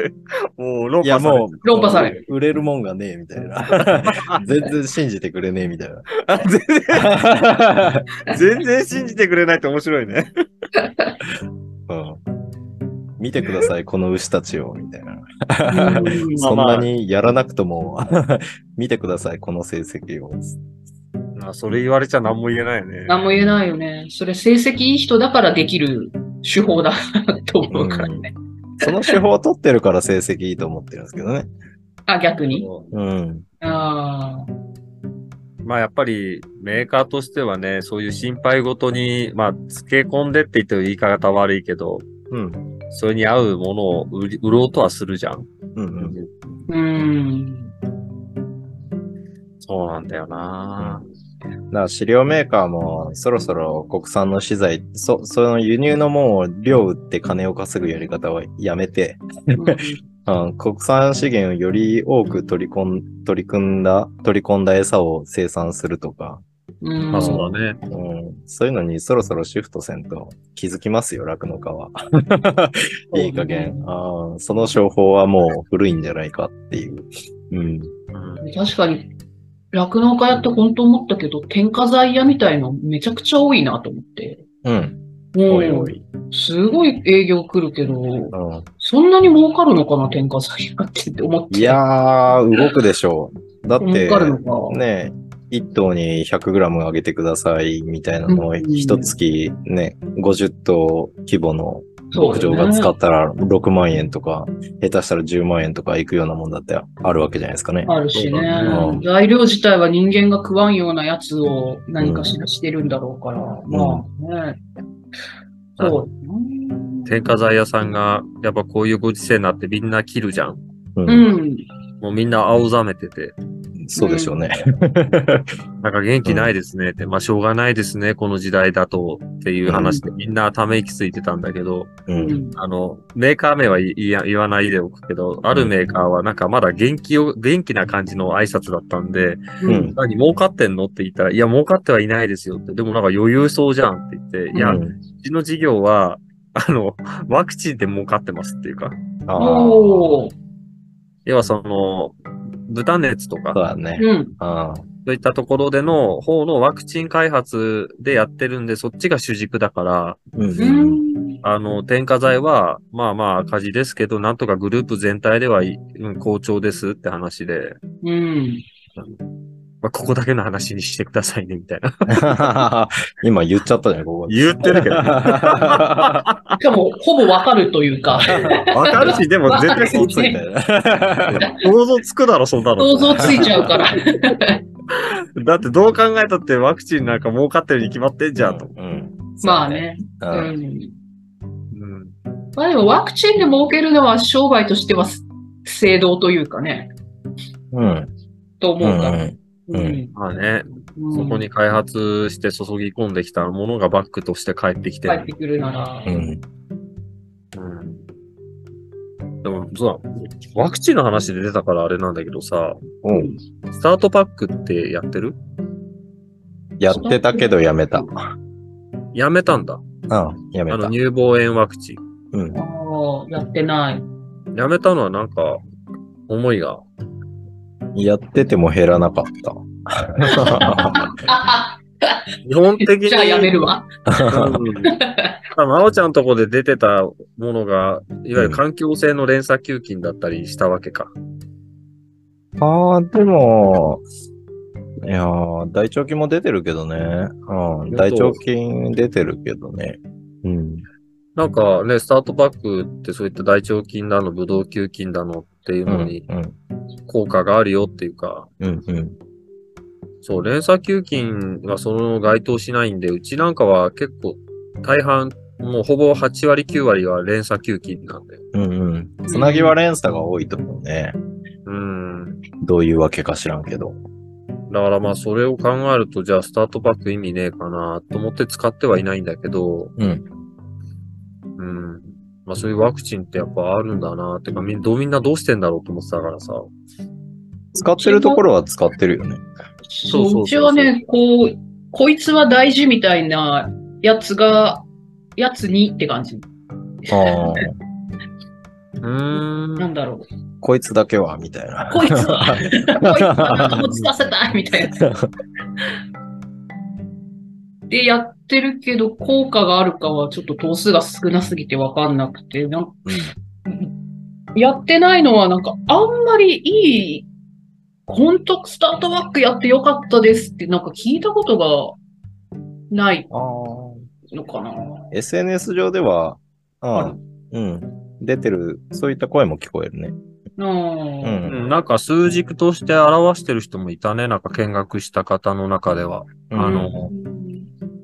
[SPEAKER 4] う、もう論
[SPEAKER 6] いや
[SPEAKER 4] 破され
[SPEAKER 6] もう、
[SPEAKER 5] 論破される
[SPEAKER 6] 売れるもんがねえみたいな。全然信じてくれねえみたいな。
[SPEAKER 4] あ全然、全然信じてくれないって面白いね。
[SPEAKER 6] うん、見てください、この牛たちを、みたいな。
[SPEAKER 5] うん
[SPEAKER 4] まあ
[SPEAKER 6] そん
[SPEAKER 4] まあ
[SPEAKER 6] なにやらなくとも、見てください、この成績を。
[SPEAKER 4] まあ、それ言われちゃ何も言えないよね。
[SPEAKER 5] 何も言えないよね。それ成績いい人だからできる手法だなと思うからね。
[SPEAKER 6] その手法を取ってるから成績いいと思ってるんですけどね。
[SPEAKER 5] あ、逆に。
[SPEAKER 6] うん。
[SPEAKER 5] ああ。
[SPEAKER 4] まあやっぱりメーカーとしてはね、そういう心配ごとに、まあ、つけ込んでって言っても言い方悪いけど、
[SPEAKER 6] うん。
[SPEAKER 4] それに合うものを売り売ろうとはするじゃん。
[SPEAKER 6] うんう
[SPEAKER 5] う
[SPEAKER 6] ん。
[SPEAKER 5] ん。
[SPEAKER 4] そうなんだよな、
[SPEAKER 6] だから飼料メーカーもそろそろ国産の資材、そその輸入のもんを量売って金を稼ぐやり方はやめて、うん、国産資源をより多く取り込ん取り組んだ、取り込んだ餌を生産するとか、
[SPEAKER 5] うん
[SPEAKER 4] まあそうだね。
[SPEAKER 6] うん、そういうのにそろそろシフトせんと気づきますよ、酪農 家は。いい加減、あーその商法はもう古いんじゃないかっていう。うん。
[SPEAKER 4] うん
[SPEAKER 5] 確かに、酪農家やって本当思ったけど、添加剤屋みたいのめちゃくちゃ多いなと思って。
[SPEAKER 6] うん。
[SPEAKER 5] も
[SPEAKER 6] おいお
[SPEAKER 5] う、
[SPEAKER 6] い。
[SPEAKER 5] すごい営業来るけど、
[SPEAKER 6] うん、
[SPEAKER 5] そんなに儲かるのかな、添加剤屋ってって思って。
[SPEAKER 6] いやー、動くでしょう。だって、
[SPEAKER 5] 儲かるのか。
[SPEAKER 6] ね、1頭に 100g 上げてくださいみたいなのを
[SPEAKER 5] うん
[SPEAKER 6] 一月ね、50頭規模の
[SPEAKER 5] そう
[SPEAKER 6] 牧
[SPEAKER 5] だよ
[SPEAKER 6] 場
[SPEAKER 5] ね
[SPEAKER 6] が使ったら6万円とか、下手したら10万円とかいくようなもんだってあるわけじゃないですかね。
[SPEAKER 5] あるしね
[SPEAKER 4] そうだ
[SPEAKER 6] ねうん
[SPEAKER 5] 材料自体は人間が食わんようなやつを何かしらしてるんだろうから、まあね。そうだ
[SPEAKER 4] 添加剤屋さんが、やっぱこういうご時世になってみんな切るじゃん。
[SPEAKER 6] う
[SPEAKER 5] な。う
[SPEAKER 6] ん、
[SPEAKER 5] ん。
[SPEAKER 4] もうみんな青ざめてて、
[SPEAKER 6] そうでしょうね。
[SPEAKER 4] なんか元気ないですねって、まあしょうがないですね、この時代だとっていう話でみんなため息ついてたんだけど、
[SPEAKER 6] う。
[SPEAKER 5] うんん。
[SPEAKER 4] あの、メーカー名は言い言わないでおくけど、あるメーカーはなんかまだ元気を、元気な感じの挨拶だったんで、
[SPEAKER 6] うん
[SPEAKER 4] 何儲かってんのって言ったら、いや、儲かってはいないですよって、でもなんか余裕そうじゃんって言って、いや、う
[SPEAKER 6] う
[SPEAKER 4] んちの事業は、あの、ワクチンで儲かってますっていうか、
[SPEAKER 6] あー
[SPEAKER 5] おー
[SPEAKER 4] 要はその、豚熱と
[SPEAKER 6] そう
[SPEAKER 4] か、
[SPEAKER 6] だね。
[SPEAKER 5] うん。
[SPEAKER 6] あー
[SPEAKER 4] そういったところでの方のワクチン開発でやってるんで、そっちが主軸だから、
[SPEAKER 6] うん
[SPEAKER 5] う
[SPEAKER 6] うん
[SPEAKER 5] ん。
[SPEAKER 4] あの、添加剤は、まあまあ赤字ですけど、なんとかグループ全体ではいうん好調ですって話で、
[SPEAKER 5] うん。
[SPEAKER 4] まあ、ここだけの話にしてくださいね、みたいな。
[SPEAKER 6] 今言っちゃったじゃん、ここ。
[SPEAKER 4] 言ってるけど。わ
[SPEAKER 5] しかも、ほぼわかるというか、
[SPEAKER 4] かるし、でも絶対
[SPEAKER 6] 嘘
[SPEAKER 4] 想
[SPEAKER 6] つ いたよね
[SPEAKER 4] 像つくだろ、そんなの
[SPEAKER 5] 想。像ついちゃう から。
[SPEAKER 4] だってどう考えたってワクチンなんか儲かってるに決まってんじゃんと。
[SPEAKER 6] うん
[SPEAKER 5] まあ。ね。
[SPEAKER 6] う
[SPEAKER 5] うんん。
[SPEAKER 4] うん。
[SPEAKER 5] まあでも、ワクチンで儲けるのは商売としては正当というかね、
[SPEAKER 6] うん。
[SPEAKER 5] と思うから。
[SPEAKER 6] うんうん
[SPEAKER 5] うん
[SPEAKER 4] まあね、
[SPEAKER 5] うん
[SPEAKER 4] そこに開発して注ぎ込んできたものがバックとして帰ってきて
[SPEAKER 5] 帰っ
[SPEAKER 4] る
[SPEAKER 5] て。くるなら
[SPEAKER 6] う。ん。
[SPEAKER 4] うんでもさ、ワクチンの話で出たからあれなんだけどさ、
[SPEAKER 6] うん。
[SPEAKER 4] スタートパックってやってる
[SPEAKER 6] やってたけどやめた。う
[SPEAKER 4] やめたんだ。
[SPEAKER 6] ん、やめ
[SPEAKER 4] あの
[SPEAKER 6] た。
[SPEAKER 4] 乳房炎ワクチン。
[SPEAKER 6] うん。
[SPEAKER 5] ああ、やってない。
[SPEAKER 4] やめたのはなんか、思いが。
[SPEAKER 6] やってても減らなかった。
[SPEAKER 5] あ
[SPEAKER 4] 基本
[SPEAKER 5] あ、
[SPEAKER 4] 的に。
[SPEAKER 5] じゃあやめるわ。
[SPEAKER 4] うん。多分、あおちゃんとこで出てたものが、いわゆる環境性の連鎖球菌だったりしたわけか。
[SPEAKER 6] ああ、でも、いやー大腸菌も出てるけどね。うん、大腸菌出てるけどね。うん。
[SPEAKER 4] なんかね、スタートパックってそういった大腸菌だの、ブドウ球菌だのっていう
[SPEAKER 6] うん、う
[SPEAKER 4] のに
[SPEAKER 6] ん、
[SPEAKER 4] 効果があるよっていうか、
[SPEAKER 6] うん、うん。
[SPEAKER 4] そう、連鎖球菌はその該当しないんで、うちなんかは結構大半、もうほぼ8割9割は連鎖球菌なんだよ。
[SPEAKER 6] うん、うん。つなぎは連鎖が多いと思うね。
[SPEAKER 4] うん。
[SPEAKER 6] どういうわけか知らんけど。
[SPEAKER 4] だからまあそれを考えると、じゃあスタートパック意味ねえかなと思って使ってはいないんだけど、
[SPEAKER 6] うん。
[SPEAKER 4] うん。まあそういうワクチンってやっぱあるんだなってか、みんどうみんなどうしてんだろうと思ってたからさ。
[SPEAKER 6] 使ってるところは使ってるよね。
[SPEAKER 4] うそうそうそう
[SPEAKER 5] そう、うちはね、こう、こいつは大事みたいなやつが、やつにって感じ。
[SPEAKER 6] ああ、
[SPEAKER 4] うー。
[SPEAKER 5] なんんだろう。
[SPEAKER 6] こいつだけは、みたいな。
[SPEAKER 5] こいつは、こいつはなんかもつかせたいみたいな。で、やってるけど、効果があるかはちょっと頭数が少なすぎてわかんなくて、なんやってないのはなんか、あんまりいい、本当スタートバックやってよかったですってなんか聞いたことがない
[SPEAKER 6] ああ。
[SPEAKER 5] のかな。
[SPEAKER 6] SNS 上では、
[SPEAKER 5] あ
[SPEAKER 6] ああ、うん。出てる、そういった声も聞こえるね。
[SPEAKER 5] るうん
[SPEAKER 4] う
[SPEAKER 6] う
[SPEAKER 4] ん
[SPEAKER 6] ん。
[SPEAKER 4] なんか数軸として表してる人もいたね。なんか見学した方の中では。
[SPEAKER 6] うん
[SPEAKER 4] あの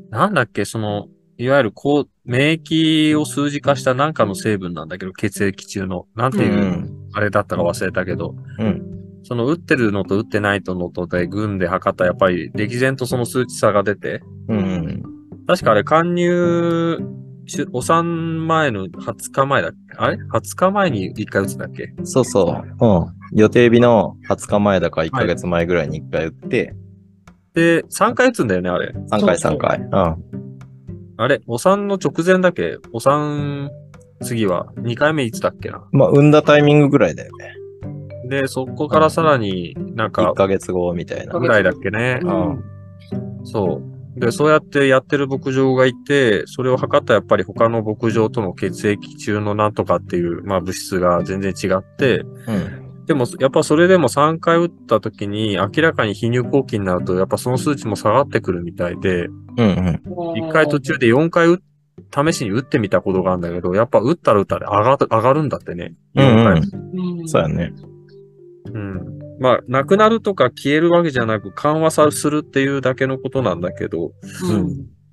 [SPEAKER 4] なんだっけ、その、いわゆるこう、免疫を数字化したなんかの成分なんだけど、血液中の、なんて
[SPEAKER 6] う
[SPEAKER 4] いう、
[SPEAKER 6] ん。
[SPEAKER 4] あれだったか忘れたけど、
[SPEAKER 6] うん。
[SPEAKER 4] その打ってるのと打ってないとのとで、群で測ったらやっぱり歴然とその数値差が出て、
[SPEAKER 6] うん。
[SPEAKER 4] 確かあれ、貫入、しゅお産前の20日前だっけあれ ?20 日前に1回打つんだっけ
[SPEAKER 6] そうそう。うん。予定日の20日前だから1ヶ月前ぐらいに1回打って、
[SPEAKER 4] で、3回打つんだよね、あれ。
[SPEAKER 6] 3回3回。う。
[SPEAKER 4] あれ、お産の直前だっけお産、次は2回目いつだっけなん
[SPEAKER 6] まあ、産んだタイミングぐらいだよね。
[SPEAKER 4] で、そこからさらになんか
[SPEAKER 6] 1、ヶ月後みたいな。
[SPEAKER 5] う
[SPEAKER 4] ぐらいだっけね。
[SPEAKER 6] うん。
[SPEAKER 4] そう。で、そうやってやってる牧場がいて、それを測ったらやっぱり他の牧場との血液中のなんとかっていう、まあ物質が全然違って、
[SPEAKER 6] うん。
[SPEAKER 4] でもやっぱそれでも3回打った時に明らかに非乳抗菌になると、やっぱその数値も下がってくるみたいで、
[SPEAKER 6] うん。
[SPEAKER 4] 1回途中で4回打っ試しに打ってみたことがあるんだけど、やっぱ打ったら打ったら上が上がるんだってね。
[SPEAKER 6] うん。う
[SPEAKER 4] 4回
[SPEAKER 6] ん。
[SPEAKER 5] うん
[SPEAKER 6] そうやね。
[SPEAKER 4] うんまあ、なくなるとか消えるわけじゃなく、緩和さするっていうだけのことなんだけど、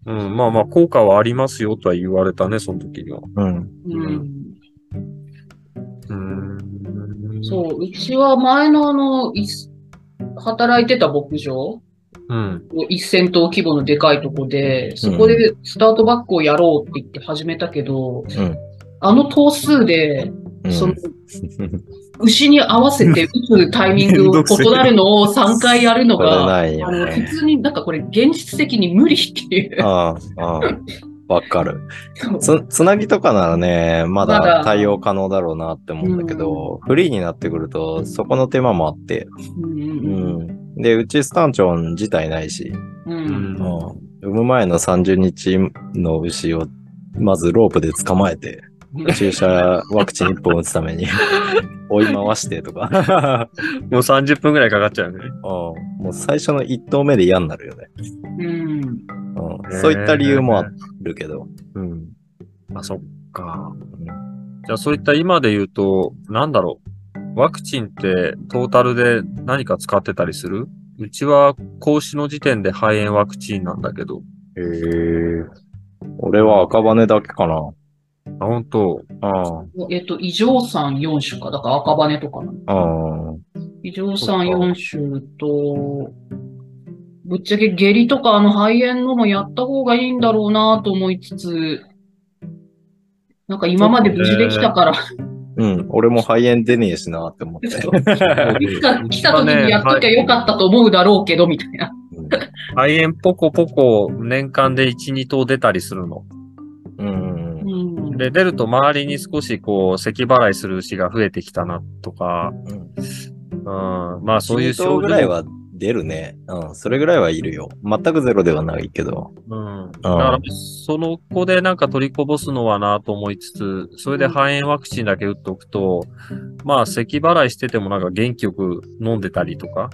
[SPEAKER 5] うん
[SPEAKER 4] うん、まあまあ、効果はありますよとは言われたね、その時には。
[SPEAKER 6] うん。
[SPEAKER 5] うん
[SPEAKER 4] うん。
[SPEAKER 5] そう、うちは前のあの、いす働いてた牧場、
[SPEAKER 4] うん。
[SPEAKER 5] 1000頭規模のでかいとこで、そこでスタートバックをやろうって言って始めたけど、
[SPEAKER 6] うん。
[SPEAKER 5] あの頭数で、
[SPEAKER 6] うん。
[SPEAKER 5] そ の牛に合わせて打つタイミングを異なるのを3回やるの
[SPEAKER 6] これ
[SPEAKER 5] が、
[SPEAKER 6] ないよ
[SPEAKER 5] あの
[SPEAKER 6] ね。
[SPEAKER 5] 普通になんかこれ現実的に無理って いう。
[SPEAKER 6] ああ、ああ。わかる。つ、つなぎとかならね、
[SPEAKER 5] ま
[SPEAKER 6] まだ
[SPEAKER 5] だ
[SPEAKER 6] 対応可能だろうなって思うんだけど、フリーになってくると、そこの手間もあって、
[SPEAKER 5] うん
[SPEAKER 6] う
[SPEAKER 5] うん
[SPEAKER 6] ん。で、うちスタンチョン自体ないし、
[SPEAKER 5] う
[SPEAKER 4] うんん。
[SPEAKER 6] 産む前の30日の牛をまずロープで捕まえて、注射ワクチン1本打つた めに追い回してとか、
[SPEAKER 4] もう30分くらいかかっちゃうね。
[SPEAKER 6] うんもう最初の1投目で嫌になるよね、
[SPEAKER 5] うん
[SPEAKER 6] うんそういった理由もあるけど。うん
[SPEAKER 4] あ、そっか。じゃあ、そういった今で言うと、なんだろう。ワクチンってトータルで何か使ってたりするうちは、講師の時点で肺炎ワクチンなんだけど。
[SPEAKER 6] へえ。俺は赤羽だけかな。
[SPEAKER 4] あ、本 当
[SPEAKER 6] あ
[SPEAKER 5] えっと、異常酸4種か。だから赤羽とかな。
[SPEAKER 6] あ、ああ、
[SPEAKER 5] 異常酸4種と、ぶっちゃけ下痢とかあの肺炎のもやった方がいいんだろうなと思いつつ、なんか今まで無事できたから、
[SPEAKER 6] うん、俺も肺炎出ねえしなって思って。
[SPEAKER 5] いつか 来た時にやっときゃよかったと思うだろうけど、みたいな。
[SPEAKER 4] 肺炎ポコポコ年間で1、2頭出たりするの。
[SPEAKER 6] うんうんうん
[SPEAKER 5] うん
[SPEAKER 4] で、出ると周りに少しこう、咳払いする牛が増えてきたなとか、
[SPEAKER 6] うん
[SPEAKER 4] うん、まあそういう
[SPEAKER 6] 中等ぐらいは出るね。うん、それぐらいはいるよ。全くゼロではないけど。
[SPEAKER 4] うん。だから、その子でなんか取りこぼすのはなと思いつつ、それで肺炎ワクチンだけ打っとくと、まあ、咳払いしててもなんか元気よく飲んでたりとか、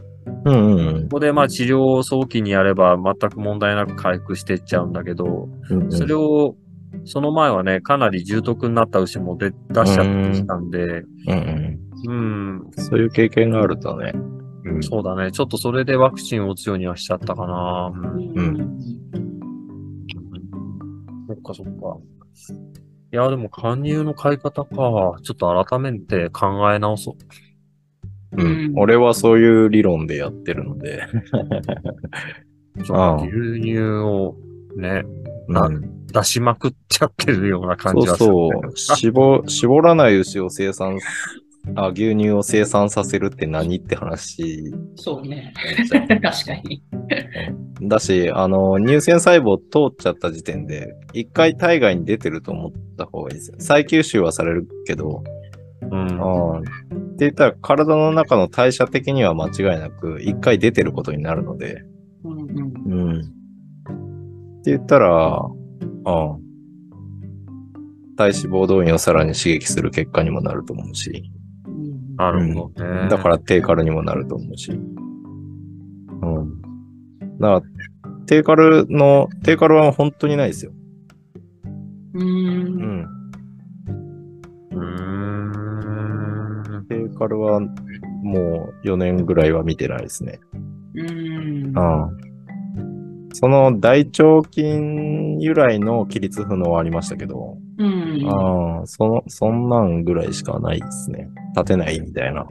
[SPEAKER 6] うんうん
[SPEAKER 4] ここでまあ治療を早期にやれば全く問題なく回復していっちゃうんだけど、
[SPEAKER 6] うん。
[SPEAKER 4] それを、その前はね、かなり重篤になった牛も出出しちゃってきたんで、
[SPEAKER 6] うんうん
[SPEAKER 4] うん、
[SPEAKER 6] そういう経験があるとね。うん
[SPEAKER 4] そうだね。ちょっとそれでワクチンを打つようにはしちゃったかな。うんそっかそっか。いや、でも勧誘の買い方か。ちょっと改めて考え直そう。
[SPEAKER 6] う
[SPEAKER 5] うん
[SPEAKER 6] ん、俺はそういう理論でやってるので。
[SPEAKER 4] ちょっ
[SPEAKER 6] ああ
[SPEAKER 4] と牛乳をね、
[SPEAKER 6] な
[SPEAKER 4] 出しまくっちゃってるような感
[SPEAKER 6] そう
[SPEAKER 4] じはする、
[SPEAKER 6] そう絞。絞らない牛を生産、あ、牛乳を生産させるって何って話
[SPEAKER 5] そうね。
[SPEAKER 6] になっちゃ
[SPEAKER 5] 確
[SPEAKER 6] う
[SPEAKER 5] かに。
[SPEAKER 6] だし、あの、乳腺細胞通っちゃった時点で、一回体外に出てると思った方がいいですよ。再吸収はされるけど、
[SPEAKER 4] うん。
[SPEAKER 6] うん。って言ったら、体の中の代謝的には間違いなく、一回出てることになるので、
[SPEAKER 5] うんうん
[SPEAKER 6] うん。って言ったら、うん。体脂肪動員をさらに刺激する結果にもなると思うし、
[SPEAKER 5] うん
[SPEAKER 4] なるほどね。
[SPEAKER 6] だから低カルにもなると思うし。うん。だから、低カルの、低カルは本当にないですよ。
[SPEAKER 5] う
[SPEAKER 6] うんん。
[SPEAKER 4] うーん。
[SPEAKER 6] 低カルはもう4年ぐらいは見てないですね。
[SPEAKER 5] うん
[SPEAKER 6] うん。その大腸菌由来の起立不能はありましたけど、
[SPEAKER 5] うん
[SPEAKER 6] ああ、その、そんなんぐらいしかないですね。立てないみたいな。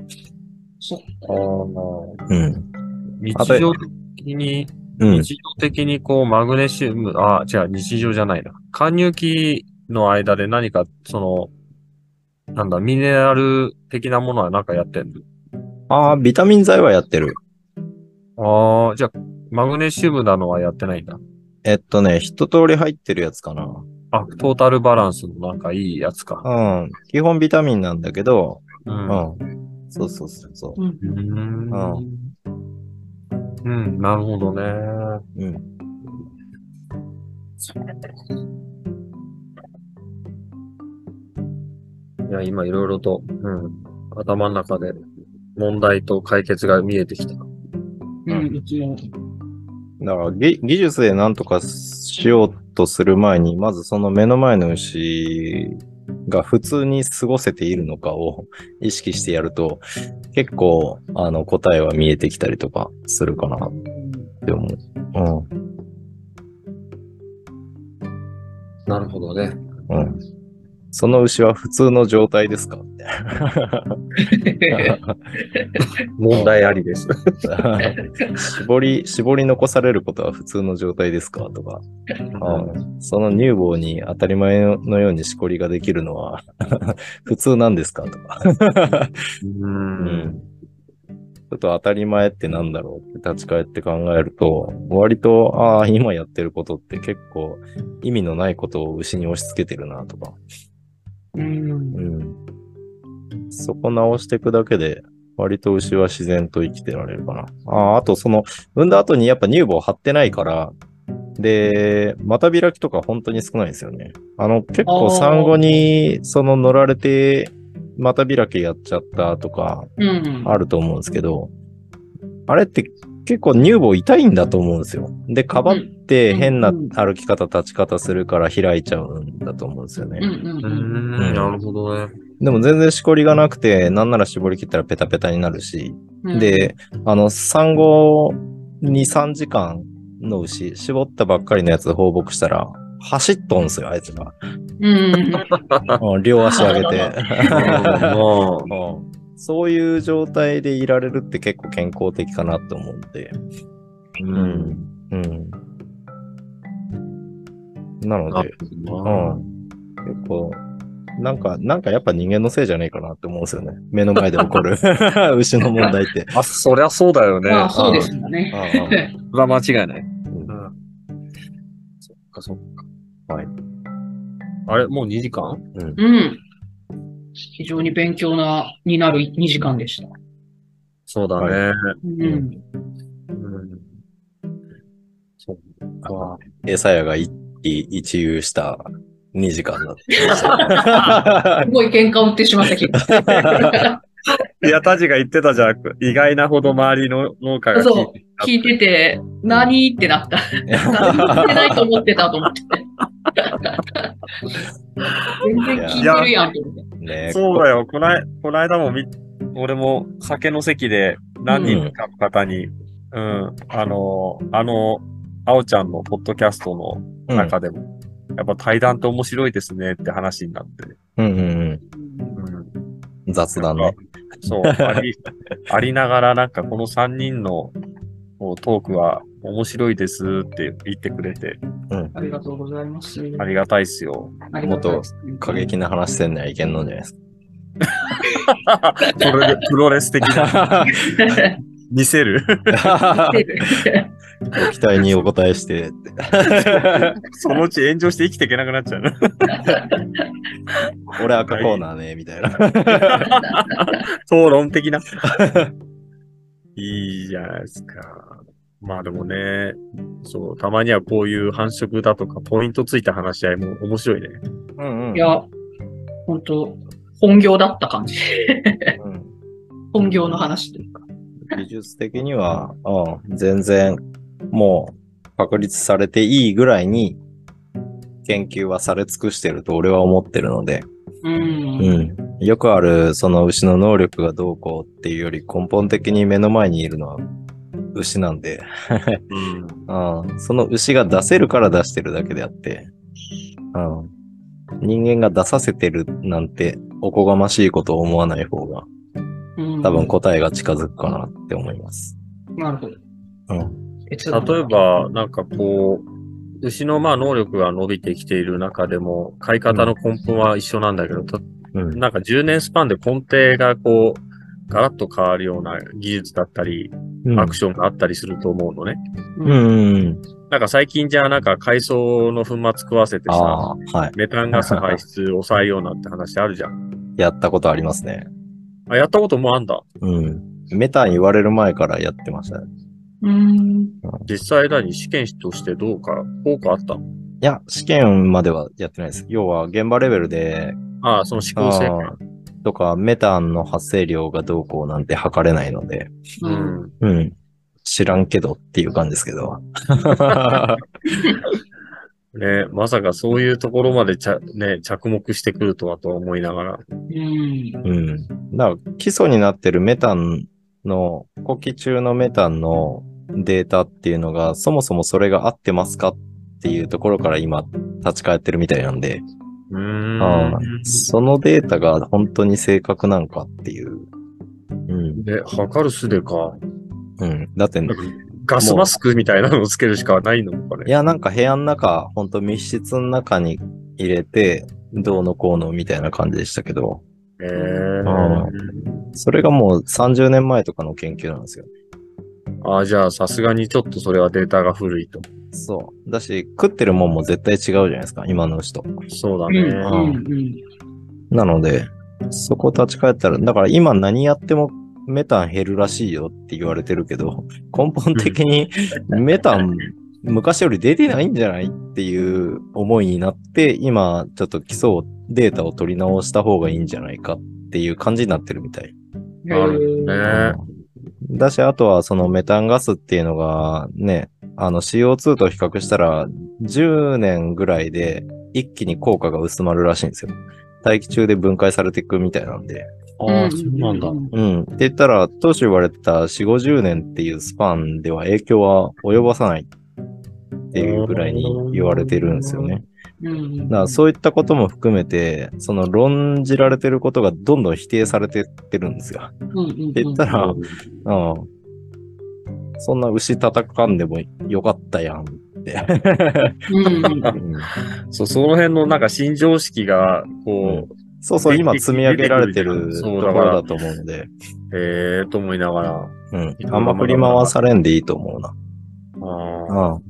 [SPEAKER 5] そっ
[SPEAKER 4] あの
[SPEAKER 6] うん。
[SPEAKER 4] 日
[SPEAKER 6] あと
[SPEAKER 4] 常的に、
[SPEAKER 6] うん。
[SPEAKER 4] 日常的にこうマグネシウム、あ、違う、日常じゃないな。貫入期の間で何か、その、なんだ、ミネラル的なものは何かやってんの
[SPEAKER 6] ああ、ビタミン剤はやってる。
[SPEAKER 4] ああ、じゃあ、マグネシウムなのはやってないんだ。
[SPEAKER 6] えっとね、一通り入ってるやつかな。
[SPEAKER 4] あ、トータルバランスのなんかいいやつか。
[SPEAKER 6] うん。基本ビタミンなんだけど、
[SPEAKER 4] う。
[SPEAKER 6] うん。
[SPEAKER 4] うん
[SPEAKER 6] そうそうそうそ
[SPEAKER 5] うん
[SPEAKER 4] ん。
[SPEAKER 6] あ
[SPEAKER 4] うん、なるほどね。
[SPEAKER 6] う。うん。
[SPEAKER 4] いや、今いろいろと、うん。頭の中で問題と解決が見えてきた。
[SPEAKER 5] うんうちも
[SPEAKER 6] だから技、技術でなんとかしようとする前に、まずその目の前の牛が普通に過ごせているのかを意識してやると、結構、あの、答えは見えてきたりとかするかなって思う。
[SPEAKER 4] なるほどね。
[SPEAKER 6] うん。うん。その牛は普通の状態ですかみたいな。
[SPEAKER 4] 問題あり です。
[SPEAKER 6] 絞り、絞り残されることは普通の状態ですかとか、うんその乳房に当たり前のようにしこりができるのは 普通なんですかとか、
[SPEAKER 4] うん
[SPEAKER 6] うんちょっと当たり前ってなんだろうって立ち返って考えると、割と、ああ、今やってることって結構意味のないことを牛に押し付けてるなとか、
[SPEAKER 5] うん
[SPEAKER 6] うん、そこ直していくだけで、割と牛は自然と生きてられるかな。ああ、あとその、産んだ後にやっぱ乳房張ってないから、で、股開きとか本当に少ないですよね。あの、結構
[SPEAKER 5] あー
[SPEAKER 6] 産後に、その乗られて、股開きやっちゃったとか、
[SPEAKER 5] うん
[SPEAKER 6] あると思うんですけど、あれって結構乳房痛いんだと思うんですよ。で、かばって変な歩き方、立ち方するから開いちゃうんだと思うんですよね。
[SPEAKER 5] うんうん
[SPEAKER 4] う
[SPEAKER 5] う
[SPEAKER 4] ん
[SPEAKER 5] ん
[SPEAKER 6] うん
[SPEAKER 4] なるほどね。
[SPEAKER 6] でも全然しこりがなくて、なんなら絞り切ったらペタペタになるし、
[SPEAKER 5] うん
[SPEAKER 6] で、あの、産後2、3時間の牛、絞ったばっかりのやつ放牧したら、走っとんすよ、あいつが。
[SPEAKER 5] うん
[SPEAKER 6] うん両足上げて。
[SPEAKER 4] ま
[SPEAKER 6] うんそういう状態でいられるって結構健康的かなと思うんで。
[SPEAKER 4] あ、う。。
[SPEAKER 6] うんうん。なので、
[SPEAKER 4] ま
[SPEAKER 6] う
[SPEAKER 4] あ
[SPEAKER 6] ん。結構、なんか、なんかやっぱ人間のせいじゃねえかなって思うんですよね。目の前で起こ る牛の問題って。
[SPEAKER 4] まあ、そりゃそうだよね。
[SPEAKER 5] まあ、そうですよね。
[SPEAKER 6] ああ
[SPEAKER 4] それは間違いない。
[SPEAKER 6] うん
[SPEAKER 4] ん。そっかそっか。
[SPEAKER 6] はい。
[SPEAKER 4] あれ、もう2時間
[SPEAKER 5] うん。非常に勉強な、になる2時間でした。
[SPEAKER 4] そうだね。
[SPEAKER 6] は
[SPEAKER 5] うん。
[SPEAKER 4] うん。そっ か。
[SPEAKER 6] 餌屋が一喜一憂した2時間だった。
[SPEAKER 5] すごい喧嘩を売ってしまった結 果。
[SPEAKER 4] いや、タジが言ってたじゃん。意外なほど周りの農家が聞いてきた
[SPEAKER 5] 聞いてて、何ってなった。何も聞いてないと思ってたと思って。全然聞いてるやんと思って。
[SPEAKER 6] ね
[SPEAKER 4] そうだよ。こない、こないだもみ、俺も酒の席で何人かの方に、うん、あの、あの、あおちゃんのポッドキャストの
[SPEAKER 6] うん
[SPEAKER 4] 中でも、やっぱ対談って面白いですねって話になって、
[SPEAKER 6] うんうんうん。雑談ね。
[SPEAKER 4] そう、あ り、ありながらなんかこの3人のこうトークは面白いですって言ってくれて、
[SPEAKER 5] ありがとうございます。
[SPEAKER 4] ありがたいっすよ。
[SPEAKER 5] ありがとう。
[SPEAKER 6] 過激な話せんにはいけんのじゃないです
[SPEAKER 4] それでプロレス的な、見せ る
[SPEAKER 6] か。ご期待にお答えしてって。
[SPEAKER 4] そのうち炎上して生きていけなくなっち ゃう。
[SPEAKER 6] 俺赤コーナーね、みたいな。
[SPEAKER 4] 討論的 な。いいじゃないですか。まあでもね、そう、たまにはこういう繁殖だとか、ポイントついた話し合いも面白いね。
[SPEAKER 6] うんうん
[SPEAKER 5] いや、本当本業だった感じ。
[SPEAKER 6] うん
[SPEAKER 5] 本業の話というか。
[SPEAKER 6] 技術的には、うん、全然もう確立されていいぐらいに研究はされ尽くしてると俺は思ってるので、
[SPEAKER 5] う。
[SPEAKER 6] うんん、よくあるその牛の能力がどうこうっていうより根本的に目の前にいるのは牛なんで、
[SPEAKER 4] うん。
[SPEAKER 6] うん、その牛が出せるから出してるだけであって、うん、人間が出させてるなんておこがましいことを思わない方が
[SPEAKER 5] うん
[SPEAKER 6] 多分答えが近づくかなって思います。
[SPEAKER 5] なるほど。
[SPEAKER 6] うん
[SPEAKER 5] 別の
[SPEAKER 4] 例えば、なんかこう、牛のまあ能力が伸びてきている中でも、飼い方の根本は一緒なんだけど、た
[SPEAKER 6] うん
[SPEAKER 4] なんか10年スパンで根底がこう、ガラッと変わるような技術だったり、アクションがあったりすると思うのね。
[SPEAKER 6] うんうん。
[SPEAKER 4] なんか最近じゃあなんか海藻の粉末食わせてさ、
[SPEAKER 6] ああ、はい。
[SPEAKER 4] メタンガス排出抑えようなんて話あるじゃん。
[SPEAKER 6] やったことありますね。
[SPEAKER 4] あ、やったこともあんだ。
[SPEAKER 6] うん。メタン言われる前からやってましたね。
[SPEAKER 5] うん。
[SPEAKER 4] 実際何試験としてどうか、効果あったの
[SPEAKER 6] いや、試験まではやってないです。要は現場レベルで、
[SPEAKER 4] ああ、その指向性
[SPEAKER 6] あ
[SPEAKER 4] か。
[SPEAKER 6] ーとか、メタンの発生量がどうこうなんて測れないので、
[SPEAKER 4] う
[SPEAKER 5] うん。
[SPEAKER 4] ん。
[SPEAKER 6] うん。知らんけどっていう感じですけど。
[SPEAKER 4] ねまさかそういうところまでちゃ、ね、着目してくるとはとは思いながら。
[SPEAKER 5] うん。
[SPEAKER 6] うん。だから、基礎になってるメタンの、呼気中のメタンのデータっていうのが、そもそもそれが合ってますかっていうところから今、立ち返ってるみたいなんで、
[SPEAKER 4] うーん。
[SPEAKER 6] ああそのデータが本当に正確なんかっていう。うん。
[SPEAKER 4] で、測るすでか。
[SPEAKER 6] うん。だって、い
[SPEAKER 4] なんかガスマスクみたいなのをつけるしかないのかね。
[SPEAKER 6] や、なんか部屋の中、本当密室の中に入れて、どうのこうのみたいな感じでしたけど、
[SPEAKER 4] ええ
[SPEAKER 6] あそれがもう30年前とかの研究なんですよ。
[SPEAKER 4] ああ、じゃあさすがにちょっとそれはデータが古いと。
[SPEAKER 6] そう。だし、食ってるもんも絶対違うじゃないですか、今の牛と。
[SPEAKER 4] そうだ
[SPEAKER 5] うん。う
[SPEAKER 4] ね。
[SPEAKER 5] ん。
[SPEAKER 6] なので、そこ立ち返ったら、だから今何やってもメタン減るらしいよって言われてるけど、根本的にメタン昔より出てないんじゃないっていう思いになって、今ちょっと基礎データを取り直した方がいいんじゃないかっていう感じになってるみたい。
[SPEAKER 5] うん。
[SPEAKER 4] なるほどね。
[SPEAKER 6] だし、あとはそのメタンガスっていうのがね、あの CO2 と比較したら10年ぐらいで一気に効果が薄まるらしいんですよ。大気中で分解されていくみたいなんで。
[SPEAKER 4] ああ、そうなんだ。
[SPEAKER 6] うん。って言ったら、当初言われてた4、50年っていうスパンでは影響は及ばさないっていうぐらいに言われてるんですよね。
[SPEAKER 5] うん。
[SPEAKER 6] だからそういったことも含めて、その論じられてることがどんどん否定されてってるんですよ。
[SPEAKER 5] うん。うん。
[SPEAKER 6] って言ったら、
[SPEAKER 4] うん
[SPEAKER 6] うん。そんな牛叩かんでもよかったやんって。
[SPEAKER 5] うん。
[SPEAKER 6] うん
[SPEAKER 4] そう、その辺のなんか新常識が、こう、
[SPEAKER 6] そうそう、今
[SPEAKER 4] で
[SPEAKER 6] 積み上げられてる
[SPEAKER 4] できて
[SPEAKER 6] とこ
[SPEAKER 4] る
[SPEAKER 6] ろ
[SPEAKER 4] から
[SPEAKER 6] だと思うので、
[SPEAKER 4] ええと思いながら。あ
[SPEAKER 6] うん。あんま振り回されんでいいと思うな。
[SPEAKER 4] あ、
[SPEAKER 6] ああ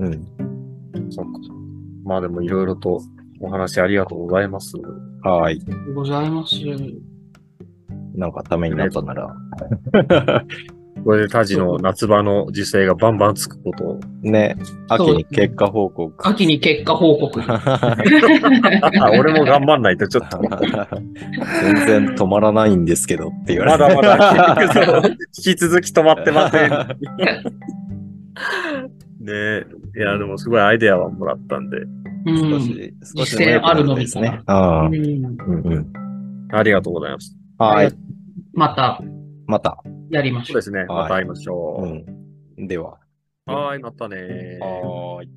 [SPEAKER 6] うん。
[SPEAKER 4] そっか。まあでもいろいろとお話ありがとうございます。
[SPEAKER 6] はーい。
[SPEAKER 5] ございます。
[SPEAKER 6] なんかためになったなら。
[SPEAKER 4] これでタジの夏場の時勢がバンバンつくことを。
[SPEAKER 6] ね。秋に結果報告。
[SPEAKER 5] 秋に結果報告。
[SPEAKER 4] あ、俺も頑張んないとちょっと。
[SPEAKER 6] 全然止まらないんですけどって言われ
[SPEAKER 4] まだ
[SPEAKER 6] て。
[SPEAKER 4] まだそう 引き続き止まってま せん。ねえ。いや、でもすごいアイデアはもらったんで。
[SPEAKER 5] う
[SPEAKER 6] 少
[SPEAKER 5] ん。
[SPEAKER 6] し、少し
[SPEAKER 5] 実践あるのみ
[SPEAKER 6] ですね。ああ、
[SPEAKER 5] うん
[SPEAKER 6] うんうん。
[SPEAKER 4] ありがとうございます。
[SPEAKER 6] はい。
[SPEAKER 5] また
[SPEAKER 6] また。
[SPEAKER 5] やりまし
[SPEAKER 4] そ
[SPEAKER 5] ょ
[SPEAKER 4] う
[SPEAKER 5] う
[SPEAKER 4] で。すね。また会いまし
[SPEAKER 6] う
[SPEAKER 4] ょ
[SPEAKER 6] ん。では。
[SPEAKER 4] う。はーい、またねー。
[SPEAKER 6] はーい。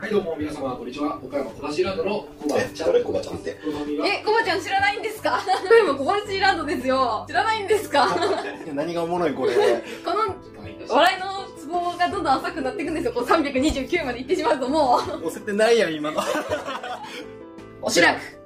[SPEAKER 7] はい、どうも皆様、こんにちは。岡山小橋ランドのコバちゃん。俺コバちゃんって。
[SPEAKER 8] え、コバちゃん知らないんですかこれもコバチーランドですよ。知らないんですかこ
[SPEAKER 7] 何がおもろいこれ。
[SPEAKER 8] の笑いのツボがどんどん浅くなっていくんですよ。こう329まで行ってしまうとも
[SPEAKER 7] 押せてないやん、今の。
[SPEAKER 8] う。おしらく。